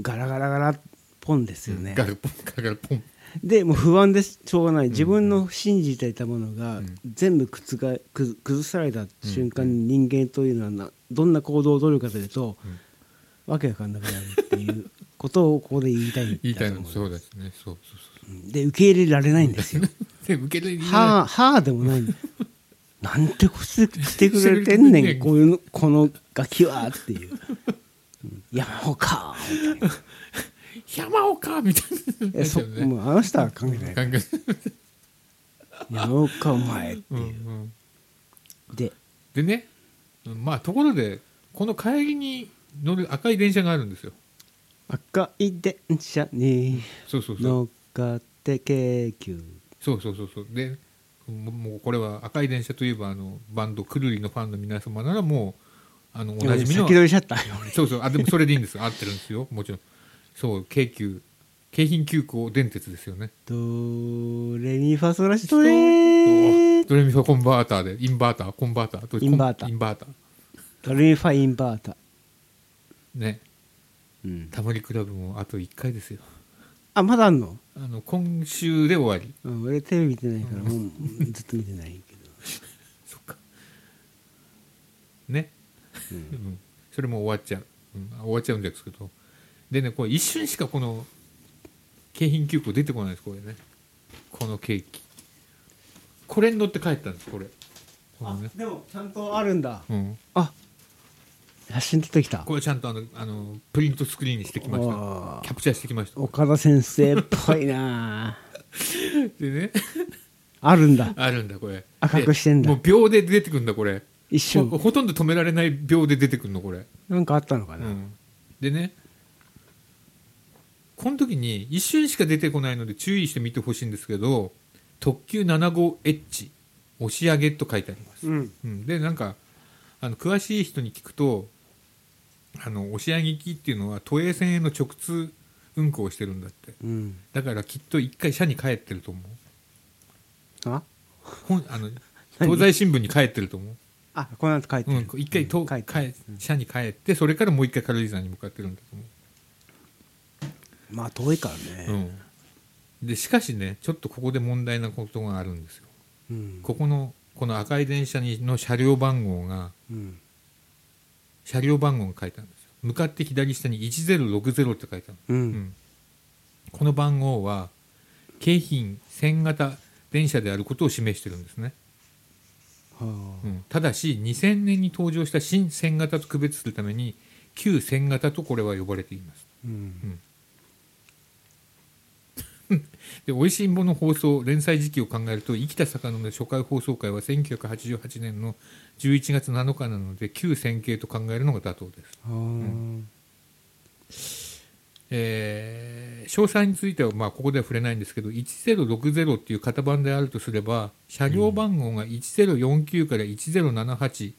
Speaker 1: ガラガラガラポンですよね。
Speaker 2: ガルポンガルポン
Speaker 1: でもう不安でしょうがない自分の信じていたものが
Speaker 2: うん
Speaker 1: 全部覆くず崩された瞬間に人間というのはなどんな行動を取るかというと、わけわかんなくなるっていうことをここで言いたいんだと思う
Speaker 2: 言いたいのそうですねそうそう
Speaker 1: うんで受け入れられないんですよ
Speaker 2: そうで受け入れ
Speaker 1: はあはあでも ないなんてことしてくれてんねんこういうのこのガキはっていううん山岡みたいな
Speaker 2: 山岡みたいな
Speaker 1: えそ
Speaker 2: ね
Speaker 1: もうあの人は関係ない
Speaker 2: 感覚
Speaker 1: やろうかお前って
Speaker 2: うんう、
Speaker 1: いうんで
Speaker 2: でねまあところでこの帰りに乗る赤い電車があるんですよ
Speaker 1: 赤い電車に
Speaker 2: そうそうそう
Speaker 1: 乗っかって京急
Speaker 2: そうそうそうそうでももうこれは赤い電車といえばあのバンドくるりのファンの皆様ならもうあのおなじみの
Speaker 1: 先取りしちゃったよ俺
Speaker 2: そうそうあでもそれでいいんです合ってるんですよもちろんそう京急京浜急行電鉄ですよね
Speaker 1: ドレミファソラシド
Speaker 2: お
Speaker 1: レ
Speaker 2: ドレミファコンバーターでインバーターコンバーターと
Speaker 1: インバータ
Speaker 2: インバーター
Speaker 1: ドレミファインバータ、
Speaker 2: ね
Speaker 1: うん、
Speaker 2: タモリクラブもあと1回ですよ
Speaker 1: あまだあんの、
Speaker 2: あの今週で終わり
Speaker 1: うん、俺テレビ見てないからもうずっと見てないけど、
Speaker 2: そっかね、
Speaker 1: う、
Speaker 2: うんん、それも終わっちゃう、うん、あ終わっちゃうんですけどでねこれ一瞬しかこの京浜急行出てこないですこれねこのケーキこれに乗って帰ったんですこれこのね
Speaker 1: でもちゃんとあるんだ
Speaker 2: うん、
Speaker 1: あ写真出てきた
Speaker 2: これちゃんとあのあのプリントスクリーンにしてきました
Speaker 1: あー
Speaker 2: キャプチャーしてきました
Speaker 1: 岡田先生っぽいな
Speaker 2: でね
Speaker 1: あるんだ
Speaker 2: あるんだこれ
Speaker 1: 赤くしてんだ
Speaker 2: でもう秒で出てくるんだこれ
Speaker 1: 一
Speaker 2: ほ
Speaker 1: 瞬
Speaker 2: ほとんど止められない秒で出てくるのこれ
Speaker 1: なんかあったのかな、
Speaker 2: うんでねこの時に一瞬しか出てこないので注意して見てほしいんですけど特急 75H 押し上げと書いてあります、
Speaker 1: うん
Speaker 2: うんでなんかあの詳しい人に聞くとあの押し上げ機っていうのは都営線への直通運行をしてるんだって
Speaker 1: うん、
Speaker 2: だからきっと一回社に帰ってると思う
Speaker 1: あ
Speaker 2: ほんあ の東西新聞に帰ってると思う
Speaker 1: あこの後書いて
Speaker 2: う
Speaker 1: る、
Speaker 2: ん、一回と、
Speaker 1: 書いてる
Speaker 2: 帰社に帰ってそれからもう一回軽井沢に向かってるんだと思う
Speaker 1: まあ遠いからね、
Speaker 2: うん、でしかしねちょっとここで問題なことがあるんですよ
Speaker 1: うん
Speaker 2: ここのこの赤い電車にの車両番号が
Speaker 1: うん
Speaker 2: 車両番号が書いてあるんですよ向かって左下に1060って書いてある、
Speaker 1: う
Speaker 2: うん
Speaker 1: ん
Speaker 2: この番号は京浜線型電車であることを示してるんですね、
Speaker 1: はあ
Speaker 2: うん、ただし2000年に登場した新線型と区別するために旧線型とこれは呼ばれています
Speaker 1: うん
Speaker 2: で「おいしんぼ」の放送連載時期を考えると生きた魚の初回放送回は1988年の11月7日なので旧線形と考えるのが妥当です、
Speaker 1: はあうん
Speaker 2: えー詳細についてはまあここでは触れないんですけど1060っていう型番であるとすれば車両番号が1049から1078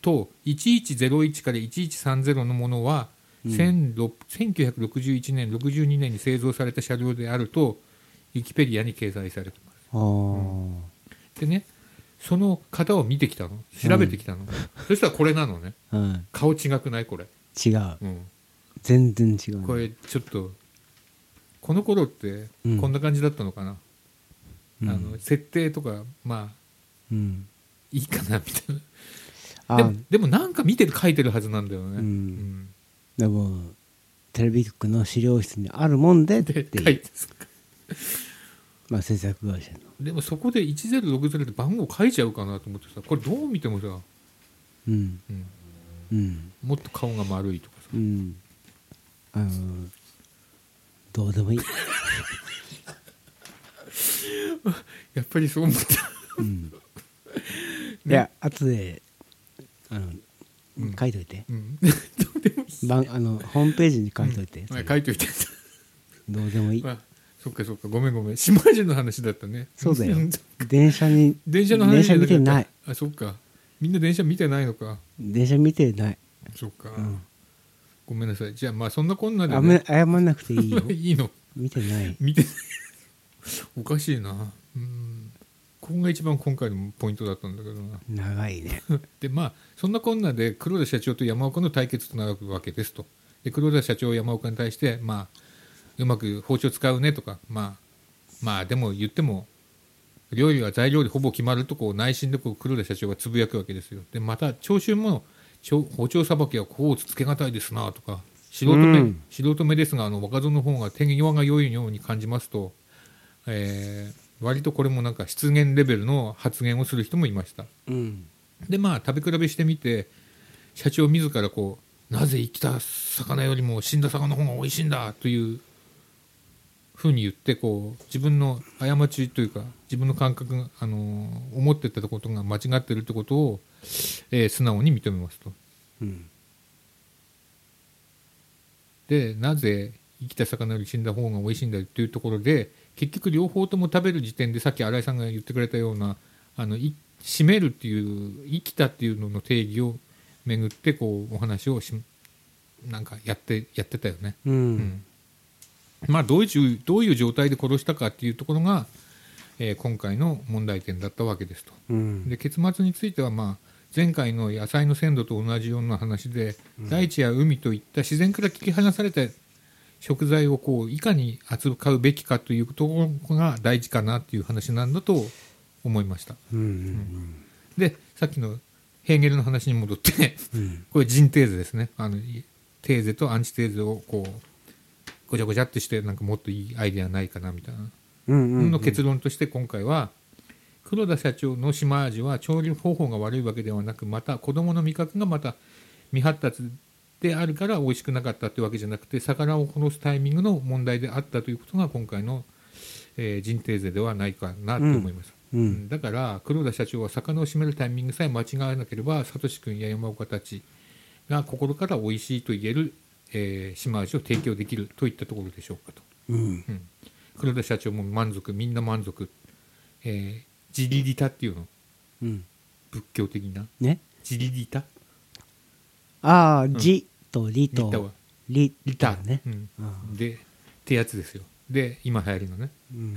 Speaker 2: と1101から1130のものは、1600 1961年62年に製造された車両であるとウィキペディアに掲載されてます
Speaker 1: あー
Speaker 2: でねその型を見てきたの調べてきたの、そしたらこれなのね
Speaker 1: うん
Speaker 2: 顔違くないこれ、
Speaker 1: 違う
Speaker 2: うん、
Speaker 1: 全然違うね
Speaker 2: これちょっとこの頃って
Speaker 1: うん
Speaker 2: こんな感じだったのかな、
Speaker 1: うん
Speaker 2: あの設定とかまあ
Speaker 1: うん
Speaker 2: いいかなみたいな
Speaker 1: あ
Speaker 2: でもでもなんか見てる書いてるはずなんだよね、
Speaker 1: うん
Speaker 2: うん
Speaker 1: でもテレビ局の資料室にあるもんでって
Speaker 2: で
Speaker 1: いう
Speaker 2: 書いて
Speaker 1: まあ制作会社の
Speaker 2: でもそこで1060って番号書いちゃうかなと思ってさこれどう見てもさ、
Speaker 1: うん
Speaker 2: うん
Speaker 1: うん
Speaker 2: もっと顔が丸いとかさ
Speaker 1: うんあのどうで もいい、
Speaker 2: やっぱりそう思った
Speaker 1: うん、いや後であの、
Speaker 2: うん
Speaker 1: 書いといて
Speaker 2: うん、どうでもいい
Speaker 1: 番あのホームページに書いといて、
Speaker 2: まあ書いといて
Speaker 1: どうでもいい、
Speaker 2: まあ、そっかそっかごめんごめん島人の話だったね
Speaker 1: そう だよ
Speaker 2: ん
Speaker 1: 電車に
Speaker 2: 電車の話じゃ
Speaker 1: 電車見て
Speaker 2: か
Speaker 1: な
Speaker 2: っ
Speaker 1: い
Speaker 2: たあそっかみんな電車見てないのか
Speaker 1: 電車見てない、
Speaker 2: そっか、
Speaker 1: うん、
Speaker 2: ごめんなさいじゃあまあそんなこんなで
Speaker 1: あんま
Speaker 2: ね、
Speaker 1: 謝んなくていいよ
Speaker 2: いいの
Speaker 1: 見てない
Speaker 2: 見ておかしいなうんここが一番今回のポイントだったんだけどな
Speaker 1: 長いね
Speaker 2: でまあそんなこんなで黒田社長と山岡の対決となるわけですとで黒田社長山岡に対してまあうまく包丁使うねとかまあまあでも言っても料理は材料でほぼ決まるとこう内心でこう黒田社長がつぶやくわけですよでまた聴衆もちょ包丁さばきは甲乙つけがたいですなとか素人目、
Speaker 1: うん
Speaker 2: 素人目ですがあの若造の方が手際が良いように感じますと、えー割とこれもなんか失言レベルの発言をする人もいました
Speaker 1: うん
Speaker 2: でまあ食べ比べしてみて社長自らこうなぜ生きた魚よりも死んだ魚の方が美味しいんだというふうに言ってこう自分の過ちというか自分の感覚が、あのー思ってたことが間違ってるってことを、えー素直に認めますと。
Speaker 1: うん
Speaker 2: でなぜ生きた魚より死んだ方が美味しいんだよっていうところで結局両方とも食べる時点でさっき新井さんが言ってくれたようなあのい締めるっていう生きたっていうのの定義をめぐってこうお話をしなんかやってやってたよね。
Speaker 1: う
Speaker 2: うんんまあ、どういうどういう状態で殺したかっていうところが、えー今回の問題点だったわけですと。
Speaker 1: うん
Speaker 2: で結末については、まあ、前回の野菜の鮮度と同じような話で、大地や海といった自然から切り離された食材をこういかに扱うべきかというところが大事かなっていう話なんだと思いました。
Speaker 1: うんうん
Speaker 2: でさっきのヘーゲルの話に戻って
Speaker 1: うん
Speaker 2: これ人テーゼですねあのいテーゼとアンチテーゼをこうごちゃごちゃってしてなんかもっといいアイデアないかなみたいな
Speaker 1: うんうん
Speaker 2: の結論として今回は黒田社長の島味は調理方法が悪いわけではなくまた子どもの味覚がまた未発達であるから美味しくなかったってわけじゃなくて魚を殺すタイミングの問題であったということが今回の、えー人定税ではないかなと思いま
Speaker 1: う
Speaker 2: す。
Speaker 1: ん
Speaker 2: だから黒田社長は魚を締めるタイミングさえ間違わなければサトシ君や山岡たちが心から美味しいと言える、えー島味を提供できるといったところでしょうかと、
Speaker 1: うん
Speaker 2: うん、黒田社長も満足みんな満足、えー、ジリリタっていうの
Speaker 1: うん
Speaker 2: 仏教的な
Speaker 1: ね
Speaker 2: ジリリタ
Speaker 1: ああじとり
Speaker 2: リタは
Speaker 1: とり
Speaker 2: リタ
Speaker 1: ね
Speaker 2: うん
Speaker 1: ああ
Speaker 2: でってやつですよで今流行りのね
Speaker 1: うん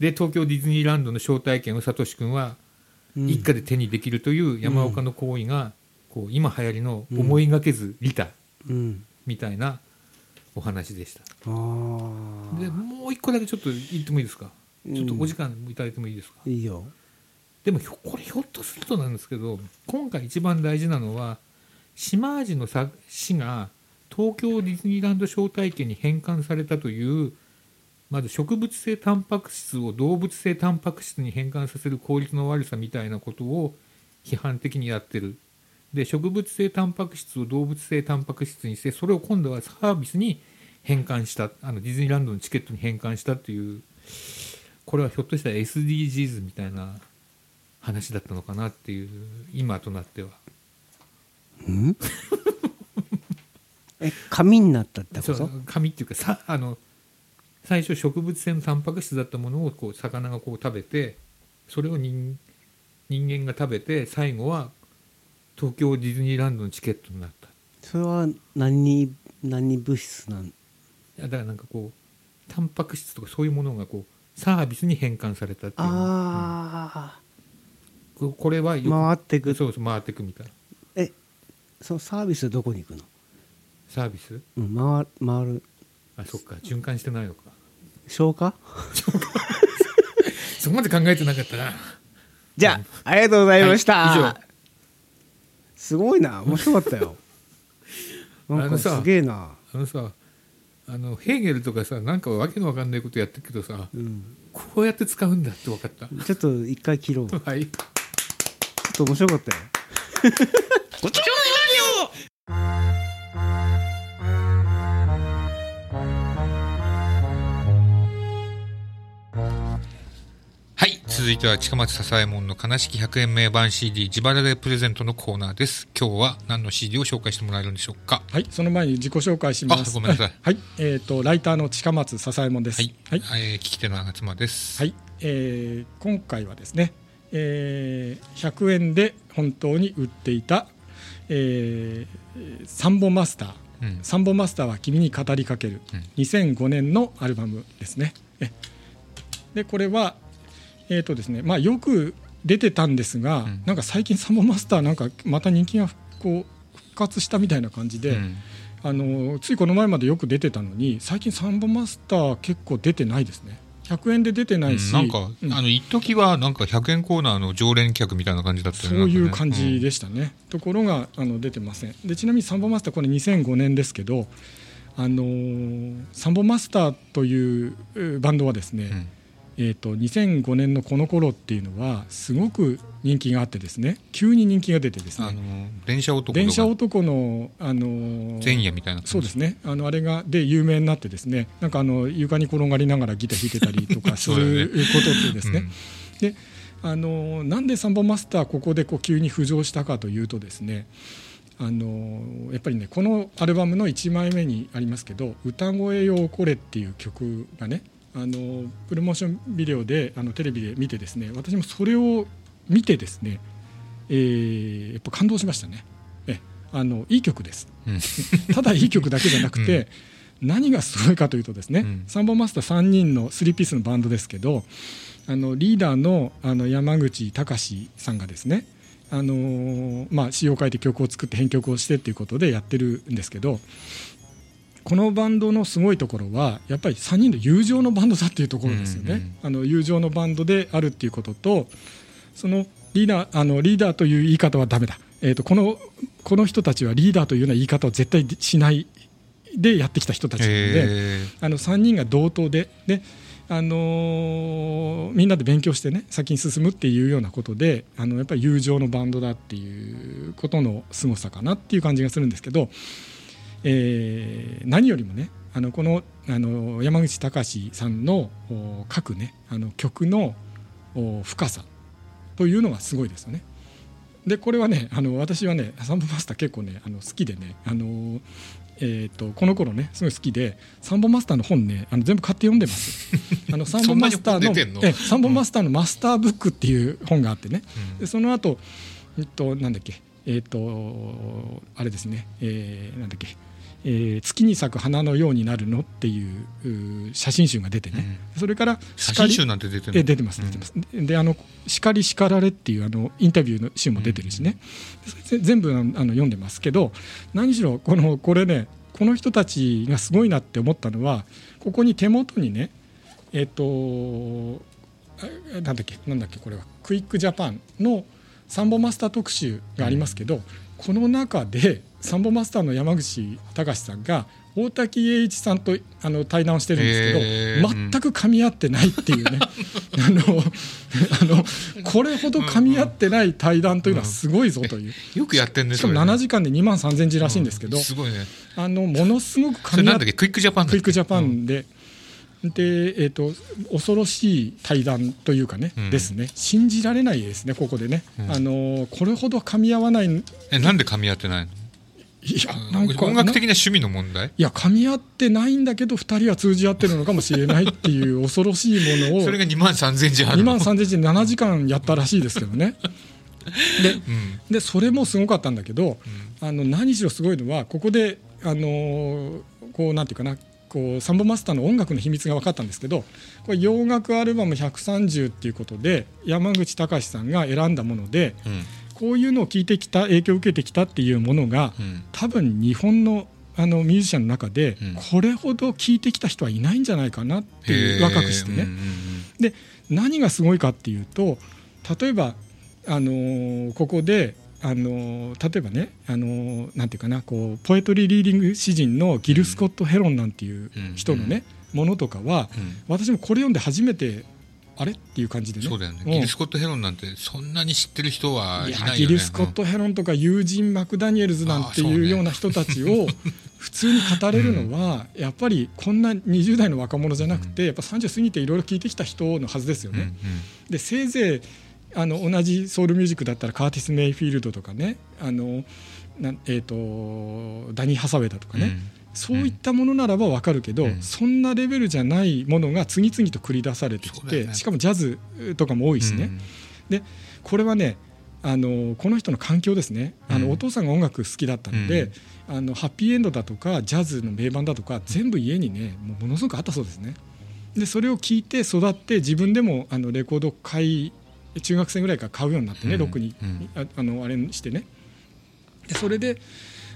Speaker 2: で東京ディズニーランドの招待券をサトシ君は
Speaker 1: うん
Speaker 2: 一家で手にできるという山岡の行為が、こう今流行りの思いがけず利他
Speaker 1: うん
Speaker 2: みたいなお話でした、
Speaker 1: ああ
Speaker 2: でもう一個だけちょっと言ってもいいですか、
Speaker 1: うん
Speaker 2: ちょっとお時間いただいてもいいですか
Speaker 1: いいよ
Speaker 2: でもひょこれひょっとするとなんですけど今回一番大事なのは島味のさ市が東京ディズニーランド招待券に返還されたというまず植物性タンパク質を動物性タンパク質に変換させる効率の悪さみたいなことを批判的にやってるで植物性タンパク質を動物性タンパク質にしてそれを今度はサービスに変換したあのディズニーランドのチケットに変換したっていうこれはひょっとしたら SDGs みたいな話だったのかなっていう今となっては
Speaker 1: んえ紙になったってこ
Speaker 2: そう
Speaker 1: と
Speaker 2: 紙っていうかさあの最初植物性のタンパク質だったものをこう魚がこう食べてそれを人人間が食べて最後は東京ディズニーランドのチケットになった
Speaker 1: それは何何物質なん
Speaker 2: いやだからなんかこうタンパク質とかそういうものがこうサービスに変換されたっていう、
Speaker 1: あ
Speaker 2: うんここれはよ
Speaker 1: あ回ってく
Speaker 2: そうそう回ってくみたいな
Speaker 1: えそのサービスどこに行くの、
Speaker 2: サービス
Speaker 1: うん、回回る
Speaker 2: あそっか循環してないのか
Speaker 1: 消化
Speaker 2: そこまで考えてなかったな
Speaker 1: じゃあありがとうございました、
Speaker 2: はい以上
Speaker 1: すごいな面白かった よな
Speaker 2: あ
Speaker 1: ん
Speaker 2: の
Speaker 1: か
Speaker 2: さ
Speaker 1: すげえな、
Speaker 2: あのさあのヘーゲルとかさなんかわけのわかんないことやってるけどさ
Speaker 1: うん、
Speaker 2: こうやって使うんだって分かった
Speaker 1: ちょっと一回 切ろうちょっ
Speaker 2: はい
Speaker 1: と面白かったよ
Speaker 2: はい続いては近松笹右衛門の悲しき100円名盤 CD 自腹でプレゼントのコーナーです今日は何の CD を紹介してもらえるんでしょうか
Speaker 5: はい、その前に自己紹介します。
Speaker 2: あごめんなさい
Speaker 5: はい、えっ、とライターの近松笹右衛門です。
Speaker 2: はい、
Speaker 5: はい、
Speaker 2: えー聞き手の吾妻です
Speaker 5: はいえー今回はですね、えー100円で本当に売っていた、えーサンボマスター。
Speaker 2: うん
Speaker 5: サンボマスターは君に語りかける、
Speaker 2: うん
Speaker 5: 2005年のアルバムですね。えでこれはえっ、とですね、まあよく出てたんですが、
Speaker 2: ん
Speaker 5: なんか最近サンボマスターなんかまた人気がこう復活したみたいな感じで。
Speaker 2: うん
Speaker 5: あのついこの前までよく出てたのに最近サンボマスター結構出てないですね100円で出てないし、
Speaker 2: なんか、
Speaker 5: うん
Speaker 2: あの一時はなんか100円コーナーの常連客みたいな感じだった
Speaker 5: そ
Speaker 2: よね
Speaker 5: ういう
Speaker 2: なんかね
Speaker 5: 感じでしたね、ところがあの出てませんでちなみにサンボマスターこれ2005年ですけどあのーサンボマスターといううバンドはですね、
Speaker 2: うん
Speaker 5: えー、と2005年のこの頃っていうのはすごく人気があってですね急に人気が出てです
Speaker 2: あの
Speaker 5: ね
Speaker 2: 電車男とか
Speaker 5: 電車男の、あの
Speaker 2: 前夜みたいな感じ
Speaker 5: そうですねあのあれがで有名になってですねなんかあの床に転がりながらギター弾いてたりとかす
Speaker 2: そうだよね
Speaker 5: ることってですね、
Speaker 2: うん
Speaker 5: であのなんでサンボマスターここでこう急に浮上したかというとですねあのやっぱりねこのアルバムの1枚目にありますけど「歌声よ怒れ」っていう曲がねあのプロモーションビデオであのテレビで見てですね私もそれを見てですね、えーやっぱ感動しましたねえあのいい曲です
Speaker 2: うん
Speaker 5: ただいい曲だけじゃなくて、何がすごいかというとですね、
Speaker 2: うん
Speaker 5: サンボマスター3人の3ピースのバンドですけどあのリーダーのあの山口隆さんがですねあのーまあ、詩を書いて曲を作って編曲をしてっていうことでやってるんですけどこのバンドのすごいところはやっぱり3人の友情のバンドだっていうところですよね、
Speaker 2: うんうん
Speaker 5: あの友情のバンドであるっていうこととそのリーダーあのリーダーという言い方はダメだ、えー、とこのこの人たちはリーダーというような言い方を絶対しないでやってきた人たちなので、
Speaker 2: え
Speaker 5: あの3人が同等でで、あのーみんなで勉強してね先に進むっていうようなことであのやっぱり友情のバンドだっていうことの凄さかなっていう感じがするんですけど、えー何よりもねあのこの、あの山口隆さんのお書くねあの曲のお深さというのがすごいですよね。でこれはねあの私はねサンボマスター結構ねあの好きでね、あのーえー、とこの頃ねすごい好きでサンボマスターの本ねあの全部買って読んでますあのサンボマスタ
Speaker 2: そん
Speaker 5: ー
Speaker 2: なに
Speaker 5: の
Speaker 2: 本出てんの
Speaker 5: ええサンボマスターのマスターブックっていう本があってね、
Speaker 2: うん
Speaker 5: でその後、えっとなんだっけえっとあれですね、えーなんだっけ、えー月に咲く花のようになるの」っていううー写真集が出てね、それから
Speaker 2: ー写真集
Speaker 5: 叱り
Speaker 2: なんて出てる
Speaker 5: え出てます出てます、であの「叱り叱られ」っていうあのインタビューの集も出てるしね、ぜ全部あの読んでますけど何しろこのこれねこの人たちがすごいなって思ったのはここに手元にねえっ、とあなんだっけなんだっけこれはクイックジャパンのサンボマスター特集がありますけど、この中でサンボマスターの山口隆さんが大滝栄一さんとあの対談をしてるん
Speaker 2: へ
Speaker 5: ですけど、
Speaker 2: ーうん
Speaker 5: 全く噛み合ってないっ ていうねあのあのこれほど噛み合ってない対談というのはすごいぞという、
Speaker 2: よくやってんね
Speaker 5: しかも
Speaker 2: それね
Speaker 5: 7時間で2万3000字らしいんですけど、
Speaker 2: うすごいね
Speaker 5: あのものすごく
Speaker 2: そ
Speaker 5: 噛
Speaker 2: れ
Speaker 5: み
Speaker 2: な
Speaker 5: 合
Speaker 2: ん
Speaker 5: っ
Speaker 2: だっけクイックジャパンだっけ
Speaker 5: クイックジャパ
Speaker 2: うん
Speaker 5: ンで、で、えっ、と、恐ろしい対談というかね、
Speaker 2: うん
Speaker 5: ですね。信じられないですね、ここでね。
Speaker 2: うん
Speaker 5: あのーこれほど噛み合わない。い
Speaker 2: えなんで噛み合ってないの
Speaker 5: や、なんか。
Speaker 2: 音楽的な
Speaker 5: な
Speaker 2: 趣味の問題
Speaker 5: いや噛み合ってないんだけど2人は通じ合ってるのかもしれないって いう恐ろしいものを
Speaker 2: それが2万3000字ある
Speaker 5: 2万
Speaker 2: の
Speaker 5: 3000字で7時間やったらしいですけど ねで
Speaker 2: うん
Speaker 5: でそれもすごかったんだけど、あの何しろすごいのはここで、あのーこうなんていうかなこうサンボマスターの音楽の秘密が分かったんですけどこれ洋楽アルバム130っていうことで山口隆さんが選んだもので
Speaker 2: うん
Speaker 5: こういうのを聞いてきた影響を受けてきたっていうものが
Speaker 2: うん
Speaker 5: 多分日本のあのミュージシャンの中で
Speaker 2: うん
Speaker 5: これほど聞いてきた人はいないんじゃないかなっていう若くしてね。
Speaker 2: へーうんうん
Speaker 5: で何がすごいかっていうと例えば、あのーここで、あのー例えばね、あのーなんていうかなこうポエトリーリーディング詩人のギル・スコット・ヘロンなんていう人のね、ものとかは
Speaker 2: うんうん
Speaker 5: 私もこれ読んで初めてあれっていう感じでね
Speaker 2: そうだよね
Speaker 5: ん
Speaker 2: ギル・スコット・ヘロンなんてそんなに知ってる人はいい
Speaker 5: や
Speaker 2: ないよね
Speaker 5: ギル・スコット・ヘロンとか友人マクダニエルズなんて
Speaker 2: あー
Speaker 5: い
Speaker 2: そうね
Speaker 5: うような人たちを普通に語れるのはやっぱりこんな20代の若者じゃなくてやっぱ30過ぎていろいろ聞いてきた人のはずですよ
Speaker 2: うん
Speaker 5: ね。でせいぜいあの同じソウルミュージックだったらカーティス・メイフィールドとかねあのなん、えー、とダニー・ハサウェイだとか
Speaker 2: うんう
Speaker 5: ね、
Speaker 2: ん
Speaker 5: そういったものならば分かるけど、
Speaker 2: うん
Speaker 5: そんなレベルじゃないものが次々と繰り出されてき
Speaker 2: そうだ
Speaker 5: て、
Speaker 2: よね
Speaker 5: しかもジャズとかも多いしね、
Speaker 2: うん
Speaker 5: これはねあのこの人の環境ですねあの、
Speaker 2: うん
Speaker 5: お父さんが音楽好きだったので、あのハッピーエンドだとかジャズの名盤だとか全部家にねもうものすごくあったそうですねでそれを聞いて育って自分でもあのレコードを買い中学生ぐらいから買うようになってね、
Speaker 2: うん
Speaker 5: ロックに、
Speaker 2: うん
Speaker 5: ああのあれにしてねでそれで、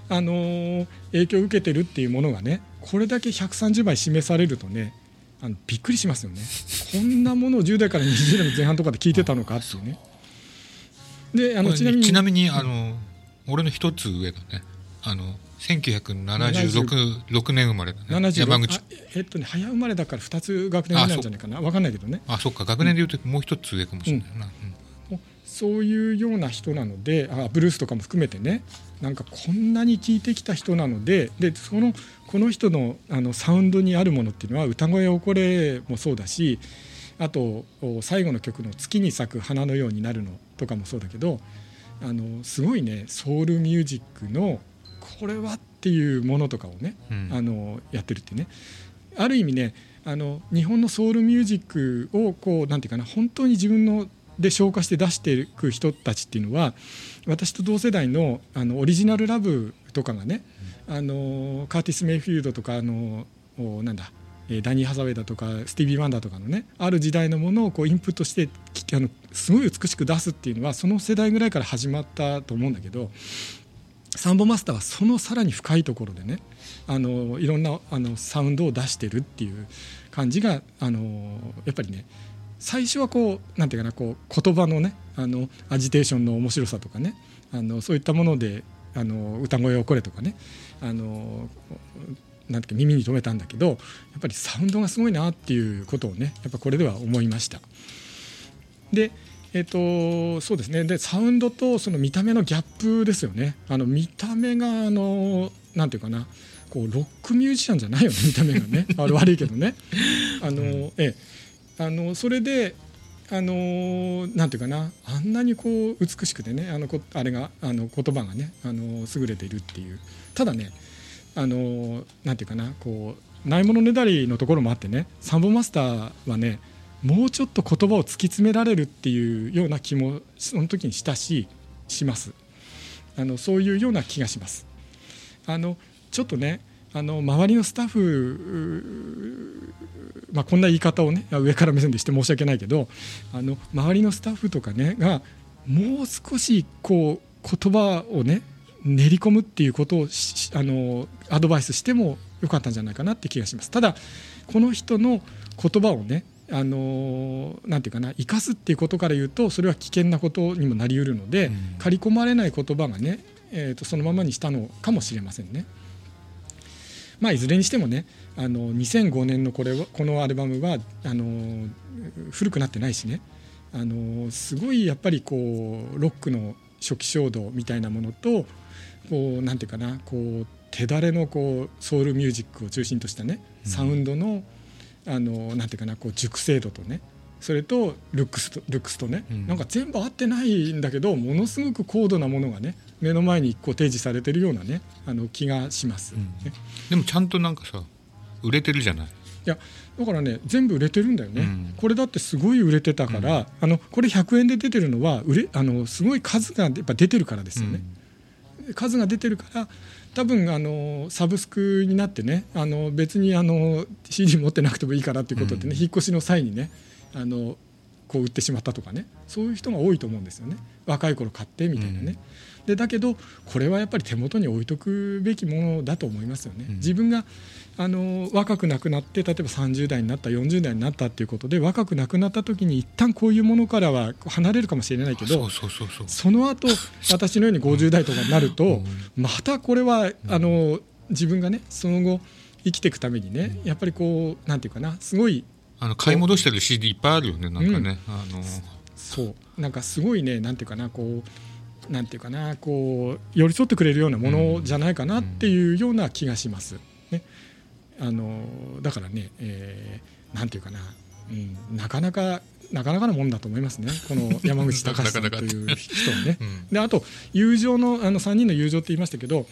Speaker 5: あのー影響を受けてるっていうものがねこれだけ130倍示されるとねあのびっくりしますよねこんなものを10代から20代の前半とかで聞いてたのかっていうねであ
Speaker 2: こ
Speaker 5: の
Speaker 2: れ
Speaker 5: ちなみに
Speaker 2: ちなみにあの俺の一つ上だねあの1976 6年生まれだね
Speaker 5: 76
Speaker 2: 山口
Speaker 5: あえっとね早生まれだから2つ学年上なんじゃないかな分かんないけどね
Speaker 2: あそっか学年でいうともう一つ上かもしれないな、うん
Speaker 5: もうそういうような人なのであブルースとかも含めてねなんかこんなに聴いてきた人なのででそのこの人のあのサウンドにあるものっていうのは歌声おこれもそうだしあとお最後の曲の「月に咲く花のようになるの」とかもそうだけどあのすごいねソウルミュージックのこれはっていうものとかをね
Speaker 2: うん
Speaker 5: あのやってるってねある意味ねあの日本のソウルミュージックをこうなんていうかな本当に自分ので消化して出していく人たちっていうのは私と同世代のあのオリジナルラブとかがね、あのカーティス・メイフィールドとかあのおなんだえーダニー・ハザウェイだとかスティービー・ワンダーとかのねある時代のものをこうインプットしてきあのすごい美しく出すっていうのはその世代ぐらいから始まったと思うんだけどサンボマスターはそのさらに深いところでねあのいろんなあのサウンドを出してるっていう感じがあのやっぱりね最初はこうなんていうかなこう言葉のねあのアジテーションの面白さとかねあのそういったものであの歌声をこれとかねあのなんていうか耳に留めたんだけどやっぱりサウンドがすごいなっていうことをねやっぱこれでは思いました。でえっとそうですねでサウンドとその見た目のギャップですよねあの見た目があのなんていうかなこうロックミュージシャンじゃないよね 見た目がねあれ悪いけどねあの、ええあのそれであのなんていうかなあんなにこう美しくてねあのこあれがあの言葉がねあの優れているっていうただねあのなんていうかなこうないものねだりのところもあってねサンボマスターはねもうちょっと言葉を突き詰められるっていうような気もその時にしたししますあのそういうような気がしますあのちょっとねあの周りのスタッフ、うーまあ、こんな言い方をね上から目線でして申し訳ないけどあの周りのスタッフとかねがもう少しこう言葉をね練り込むっていうことをしあのアドバイスしてもよかったんじゃないかなって気がしますただこの人の言葉をねあのなんていうかな生かすっていうことから言うとそれは危険なことにもなりうるので、
Speaker 2: うん
Speaker 5: 刈り込まれない言葉がね、えー、とそのままにしたのかもしれませんね。まあ、いずれにしてもねあの2005年のこれはこのアルバムはあの古くなってないしねあのすごいやっぱりこうロックの初期衝動みたいなものとこうなんていうかなこう手だれのこうソウルミュージックを中心としたね
Speaker 2: うん
Speaker 5: サウンドの,、あのなんていうかなこう熟成度とねそれとルックスとルックスとね、
Speaker 2: うん
Speaker 5: なんか全部合ってないんだけどものすごく高度なものがね目の前にこう提示されてるようなねあの気がします。
Speaker 2: うん
Speaker 5: ね
Speaker 2: でもちゃんとなんかさ売れてるじゃない
Speaker 5: いやだからね全部売れてるんだよね、
Speaker 2: うん
Speaker 5: これだってすごい売れてたから、あのこれ100円で出てるのは売れあのすごい数がやっぱ出てるからですよね、数が出てるから多分あのサブスクになってねあの別にあの CD 持ってなくてもいいからっていうことでね、
Speaker 2: うん
Speaker 5: 引っ越しの際にねあのこう売ってしまったとかねそういう人が多いと思うんですよね若い頃買ってみたいなね、でだけどこれはやっぱり手元に置いとくべきものだと思いますよね、
Speaker 2: うん
Speaker 5: 自分があの若くなくなって例えば30代になった40代になったっていうことで若くなくなった時に一旦こういうものからは離れるかもしれないけ
Speaker 2: あ
Speaker 5: ど
Speaker 2: そうそうそうそう
Speaker 5: その後私のように50代とかになると、
Speaker 2: うん
Speaker 5: またこれはあの自分がねその後生きていくためにねやっぱりこうなんていうかなすごい
Speaker 2: あの買い戻してる CD いっぱいあるよねなんかね、あの
Speaker 5: そうなんかすごいねなんていうかなこうなんていうかなこう寄り添ってくれるようなものじゃないかなっていうような気がします。ね、あのだからね、えーなんていうかな、うん、なかなかなかなかのもんだと思いますねこの山口隆さんという人を ね。
Speaker 2: うん
Speaker 5: であと友情のあの3人の友情って言いましたけど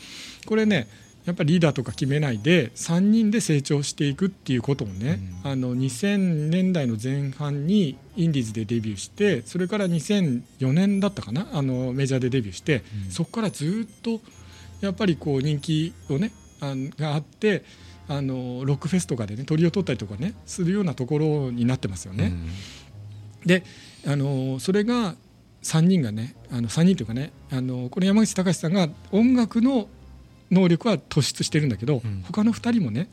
Speaker 5: これねやっぱりリーダーとか決めないで3人で成長していくっていうことをね、
Speaker 2: うん
Speaker 5: あの2000年代の前半にインディーズでデビューしてそれから2004年だったかなあのメジャーでデビューして、
Speaker 2: うん
Speaker 5: そこからずっとやっぱりこう人気をねあのがあってあのロックフェスとかでね鳥を取ったりとかねするようなところになってますよね。
Speaker 2: うん
Speaker 5: であのそれが3人がねあの3人というかねあのこれ山口隆さんが音楽の能力は突出してるんだけど、
Speaker 2: うん
Speaker 5: 他の2人もね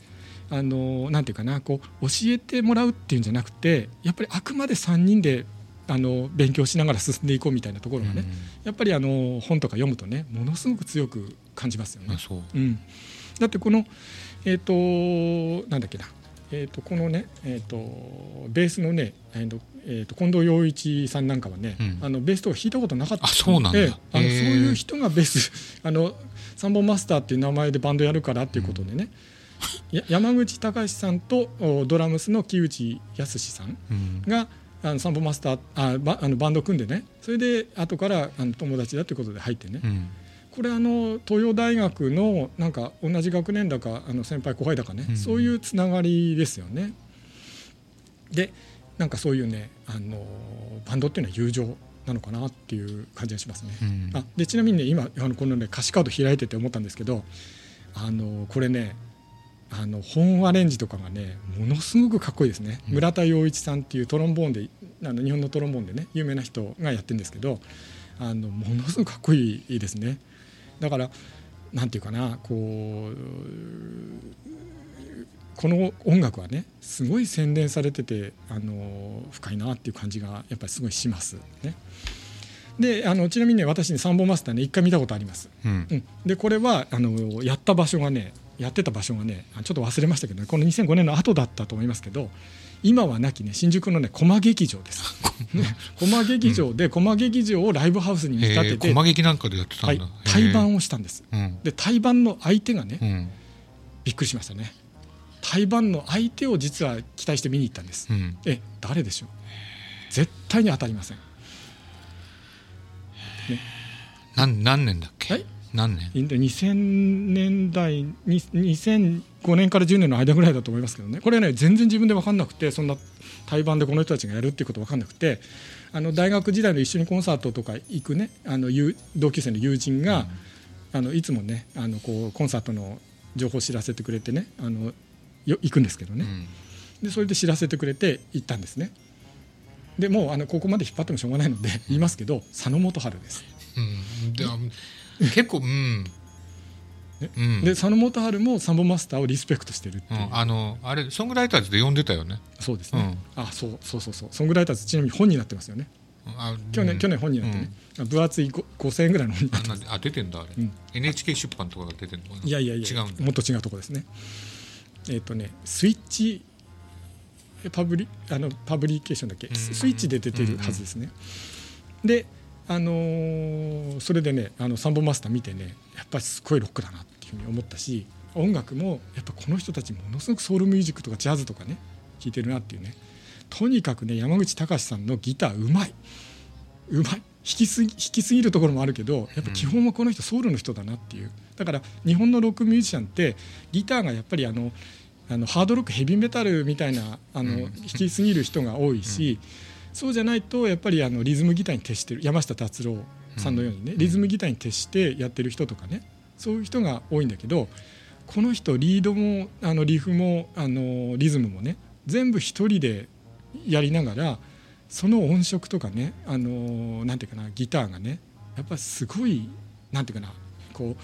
Speaker 5: あのなんていうかなこう教えてもらうっていうんじゃなくてやっぱりあくまで3人であの勉強しながら進んでいこうみたいなところがね、やっぱりあの本とか読むとねものすごく強く感じますよ
Speaker 2: うんあ
Speaker 5: ね。
Speaker 2: そう
Speaker 5: うん、だってこのえっ、となんだっけな、えー、とこのね、えー、とベースのね、えーとえーと近藤洋一さんなんかはね、
Speaker 2: うん
Speaker 5: あのベースとか弾いたことなかった
Speaker 2: あそうなんだ
Speaker 5: ええあの
Speaker 2: へ
Speaker 5: そう
Speaker 2: え
Speaker 5: いう人がベース あの三本マスターっていう名前でバンドやるからっていうことでね、や山口隆さんとおドラムスの木内康さん
Speaker 2: うん
Speaker 5: があのサンボマスターあバあのバンド組んでねそれで後からあの友達だということで入ってね、
Speaker 2: うん
Speaker 5: これあの東洋大学のなんか同じ学年だかあの先輩後輩だかね、
Speaker 2: うん
Speaker 5: そういうつながりですよね。でなんかそういうねあのバンドっていうのは友情なのかなっていう感じがしますね。
Speaker 2: うん
Speaker 5: あでちなみにね今あのこのね歌詞カード開いてて思ったんですけどあのこれねあの本アレンジとかがねものすごくかっこいいですね、
Speaker 2: うん
Speaker 5: 村田洋一さんっていうトロンボーンであの日本のトロンボーンでね有名な人がやってるんですけどあのものすごくかっこいいですねだからなんていうかなこうこの音楽はねすごい洗練されててあの深いなっていう感じがやっぱりすごいしますね。であのちなみにね私ねサンボマスターね一回見たことあります。
Speaker 2: うん
Speaker 5: うん、でこれはあのやった場所がねやってた場所がねあちょっと忘れましたけど、ね、この2005年の後だったと思いますけど今はなきね新宿のね駒劇 場です。ね駒劇 場で駒劇場をライブハウスに見立て
Speaker 2: え
Speaker 5: て、
Speaker 2: ー、小劇なんかでやってた
Speaker 5: はい
Speaker 2: んだ、
Speaker 5: 対バン
Speaker 2: を
Speaker 5: をしたんです。
Speaker 2: うん
Speaker 5: で対バンの相手がね、
Speaker 2: うん
Speaker 5: びっくりしましたね台湾の相手を実は期待して見に行ったんです、
Speaker 2: うん
Speaker 5: え誰でしょう絶対に当たりません
Speaker 2: なん何年だっけ、
Speaker 5: はい
Speaker 2: 何年
Speaker 5: で2000年代に2005年から10年の間ぐらいだと思いますけどねこれね全然自分で分かんなくてそんな台湾でこの人たちがやるっていうこと分かんなくてあの大学時代の一緒にコンサートとか行くねあの友同級生の友人が、あのいつもねあのこうコンサートの情報を知らせてくれてねあのよ行くんですけどね、
Speaker 2: うん
Speaker 5: でそれで知らせてくれて行ったんですねでもうあのここまで引っ張ってもしょうがないので言いますけど佐野元春です、
Speaker 2: うんであ結構うん
Speaker 5: え
Speaker 2: うん
Speaker 5: で佐野元春もサンボマスターをリスペクトしてるって
Speaker 2: う
Speaker 5: いう、
Speaker 2: ん、あのあれソングライターズで呼んでたよね
Speaker 5: そうですね、あそうそうそうそうソングライターズちなみに本になってますよね
Speaker 2: あ
Speaker 5: 去年、去年本になってね、あ分厚いご5000円ぐらいの本に
Speaker 2: あ
Speaker 5: な って
Speaker 2: なんであ出てんだあれ、
Speaker 5: うん
Speaker 2: NHK 出版とかが出てんのかない
Speaker 5: いやいやいや
Speaker 2: 違うんだ
Speaker 5: もっと違うとこですねえっ、とねスイッチパブリあのパブリケーションだっけ、
Speaker 2: うん
Speaker 5: スイッチで出てるはずですね、であのーそれでねあのサンボマスター見てねやっぱりすごいロックだなっていうふうに思ったし音楽もやっぱこの人たちものすごくソウルミュージックとかジャズとかね聴いてるなっていうねとにかくね山口隆さんのギターうまいうまい弾きすぎ弾きすぎるところもあるけどやっぱ基本はこの人ソウルの人だなっていうだから日本のロックミュージシャンってギターがやっぱりあのあのハードロックヘビーメタルみたいなあの、
Speaker 2: うん
Speaker 5: 弾きすぎる人が多いし、そうじゃないとやっぱりあのリズムギターに徹してる山下達郎さんのようにね、
Speaker 2: うん
Speaker 5: リズムギターに徹してやってる人とかねそういう人が多いんだけどこの人リードもあのリフもあのリズムもね全部一人でやりながらその音色とかねあのなんていうかなギターがねやっぱすごいなんていうかなこ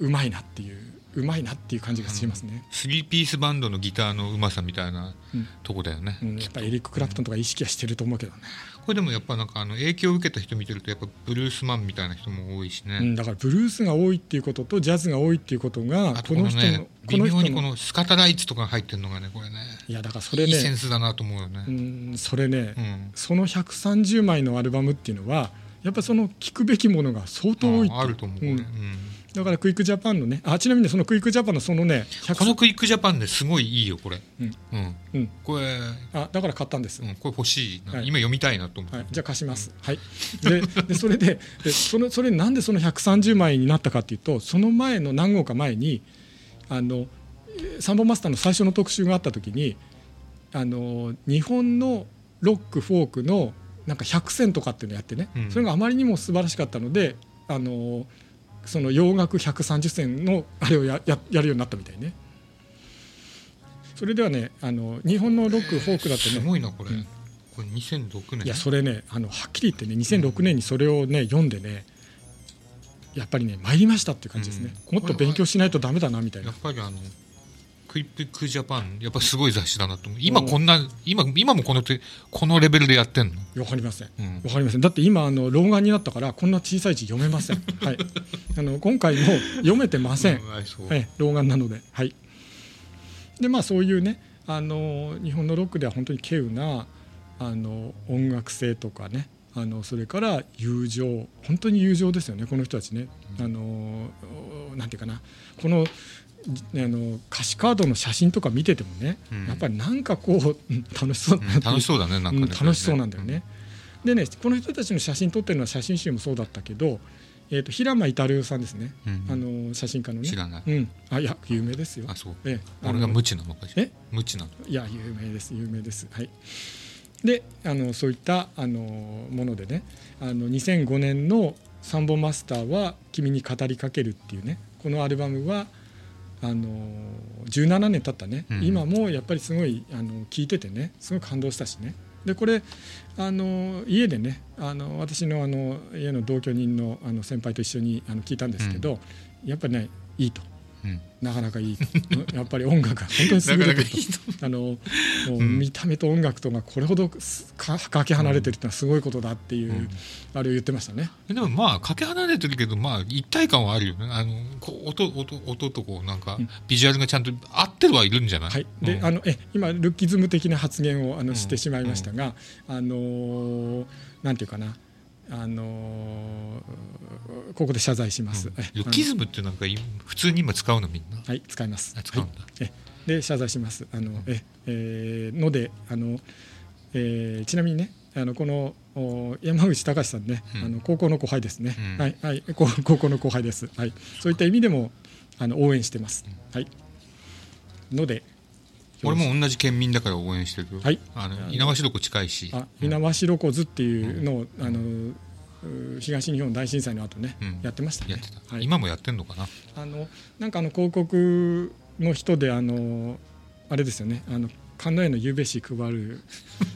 Speaker 5: ううまいなっていううまいなっていう感じがしますね。
Speaker 2: スリーピースバンドのギターのうまさみたいな
Speaker 5: うん
Speaker 2: とこだよね、
Speaker 5: うん、やっぱエリック・クラプトンとか意識はしてると思うけどね、
Speaker 2: これでもやっぱなんかあの影響を受けた人見てるとやっぱブルースマンみたいな人も多いしね、
Speaker 5: うん、だからブルースが多いっていうこととジャズが多いっていうことが
Speaker 2: あとこ
Speaker 5: こ
Speaker 2: の
Speaker 5: の人
Speaker 2: ね
Speaker 5: のこ
Speaker 2: 微
Speaker 5: の
Speaker 2: 妙
Speaker 5: 人
Speaker 2: にこ
Speaker 5: の
Speaker 2: のスカタライツとかが入ってるのがねこれね
Speaker 5: いやだからそれ
Speaker 2: いいセン
Speaker 5: ね
Speaker 2: スだなと思うよ
Speaker 5: う
Speaker 2: ね、
Speaker 5: んそれね、
Speaker 2: うん
Speaker 5: その130枚のアルバムっていうのはやっぱその聞くべきものが相当多いって
Speaker 2: ああると思う、これ
Speaker 5: う
Speaker 2: うんん
Speaker 5: だからクイックジャパンのねあちなみにそのクイックジャパンのそのね100
Speaker 2: このクイックジャパンねすごいいいよこれ、
Speaker 5: うん
Speaker 2: うん
Speaker 5: うん
Speaker 2: これ、
Speaker 5: あだから買ったんです、
Speaker 2: うん、これ欲しいな、
Speaker 5: はい
Speaker 2: 今読みたいなと思う、
Speaker 5: はい、じゃあ貸します、はい、ででそれででそのそれなんでその130枚になったかっていうとその前の何号か前にあのえーサンボマスターの最初の特集があった時にあの日本のロックフォークのなんか100選とかっていうのやってね、
Speaker 2: うん
Speaker 5: それがあまりにも素晴らしかったのであのその洋楽130選のあれをやややるようになったみたいね。それではねあの日本のロックフォークだと
Speaker 2: す
Speaker 5: ね
Speaker 2: ごいなこれ、
Speaker 5: うん
Speaker 2: これ2006年
Speaker 5: いやそれねあのはっきり言ってね2006年にそれをね読んでねやっぱりね参りましたっていう感じですね、
Speaker 2: うん
Speaker 5: もっと勉強しないとダメだなみたい
Speaker 2: や
Speaker 5: な
Speaker 2: っぱりあのクイックジャパンやっぱすごい雑誌だなと思う今こんな今今もこのてこのレベルでやってんの
Speaker 5: わかりません、
Speaker 2: うん
Speaker 5: わかりませんだって今あの老眼になったからこんな小さい字読めません はいあの今回も読めてません、
Speaker 2: うんあそう
Speaker 5: ええ老眼なのではいでまあそういうねあの日本のロックでは本当に稀有なあの音楽性とかねあのそれから友情本当に友情ですよねこの人たちね、あのなんていうかなこのあの歌詞カードの写真とか見ててもね、
Speaker 2: うん
Speaker 5: やっぱりなんかこううん楽しそうだ
Speaker 2: うん
Speaker 5: なっていう
Speaker 2: 楽しそうだねなんかね、
Speaker 5: うん、楽しそうなんだよね。でねこの人たちの写真撮ってるのは写真集もそうだったけど、えー、と平間至さんですね、
Speaker 2: うん
Speaker 5: あの写真家のね
Speaker 2: 知らない
Speaker 5: うん、あいや有名ですよ
Speaker 2: あそう
Speaker 5: ええ
Speaker 2: 俺
Speaker 5: あ
Speaker 2: が
Speaker 5: の
Speaker 2: 無知なのかしら
Speaker 5: え
Speaker 2: 無知なの
Speaker 5: いや有名です有名ですはいであのそういったあのものでねあの2005年の「サンボマスターは君に語りかける」っていうねこのアルバムはあの17年経ったね、
Speaker 2: うん
Speaker 5: 今もやっぱりすごいあの聞いててねすごい感動したしねでこれあの家でねあの私のあの家の同居人のあの先輩と一緒にあの聞いたんですけど、やっぱりねいいと
Speaker 2: うん
Speaker 5: なかなかいいとうんやっぱり音楽が本当に優れてるとあのもう
Speaker 2: うん
Speaker 5: 見た目と音楽とがこれほどすかかけ離れてるってのはすごいことだっていう、
Speaker 2: うん
Speaker 5: あれを言ってましたね。
Speaker 2: でもまあかけ離れてるけどまあ一体感はあるよねあのこう音音音とこうなんか
Speaker 5: うん
Speaker 2: ビジュアルがちゃんと合ってるはいるんじゃない、
Speaker 5: はい、で、
Speaker 2: うん
Speaker 5: あのえ今ルッキズム的な発言をあ
Speaker 2: うん
Speaker 5: のしてしまいましたが、あのーなんていうかなあのーここで謝罪します。え
Speaker 2: ルッキズムってなんかい普通に今使うのみんな
Speaker 5: あのはい使います。
Speaker 2: あ使うんだ
Speaker 5: はいえで謝罪します。あの、ええーのであの、えーちなみにねあのこのお山口隆さんね、
Speaker 2: うん
Speaker 5: あの高校の後輩ですね。
Speaker 2: うん
Speaker 5: はいはい高高校の後輩です。はいそういった意味でもあの応援してます。はいので
Speaker 2: 俺も同じ県民だから応援してるよ、
Speaker 5: はい
Speaker 2: あの猪苗代湖近いし
Speaker 5: あ猪苗代湖図っていうのを、あのう東日本大震災の後ね、
Speaker 2: うん
Speaker 5: やってました
Speaker 2: や
Speaker 5: ね
Speaker 2: ってた、
Speaker 5: はい、
Speaker 2: 今もやってんのかな
Speaker 5: あのなんかあの広告の人であのあれですよねあの神田へのゆうべし配る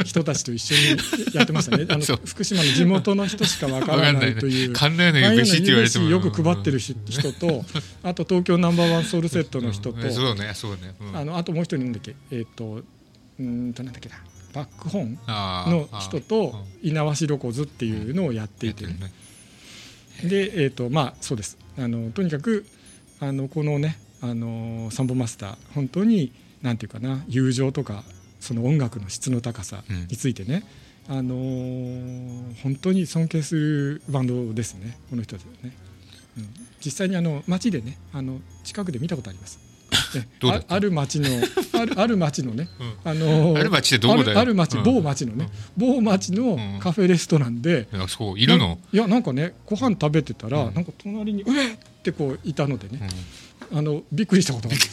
Speaker 5: 人たちと一緒にやって ましたねあの
Speaker 2: そう
Speaker 5: 福島の地元の人しかわか
Speaker 2: わからん
Speaker 5: な
Speaker 2: ない
Speaker 5: い
Speaker 2: ね
Speaker 5: という
Speaker 2: 関連のゆべしって言われても
Speaker 5: 神田へのゆうべしよく配ってるし人とあと東京ナンバーワンソウルセットの人と、
Speaker 2: うん そうねそうね、うん
Speaker 5: あのあともう一人なんだっけえっ、とうーんとなんだっけなバックホーン
Speaker 2: あー
Speaker 5: の人と
Speaker 2: あーうん
Speaker 5: 猪苗代湖図っていうのをやって
Speaker 2: や
Speaker 5: い
Speaker 2: ってて
Speaker 5: ね
Speaker 2: るね
Speaker 5: でえっ、とまあそうですあのとにかくあのこのねあのサンボマスター本当になんていうかな友情とかその音楽の質の高さについてね、あのー本当に尊敬するバンドですねこの人たちはね、うん実際にあの街でねあの近くで見たことあります。ね
Speaker 2: どうだっ
Speaker 5: あ
Speaker 2: た
Speaker 5: ある町のあるある町のね、
Speaker 2: う
Speaker 5: あのー
Speaker 2: ある町ってどこだよ
Speaker 5: あるある町、
Speaker 2: うん
Speaker 5: 某町のね、某町のカフェレストランで、
Speaker 2: いやそういるの、
Speaker 5: いやなんかねご飯食べてたら、
Speaker 2: うん
Speaker 5: なんか隣に「うえっ!」ってこういたので
Speaker 2: う
Speaker 5: ね
Speaker 2: ん、
Speaker 5: あのびっくりしたことがあり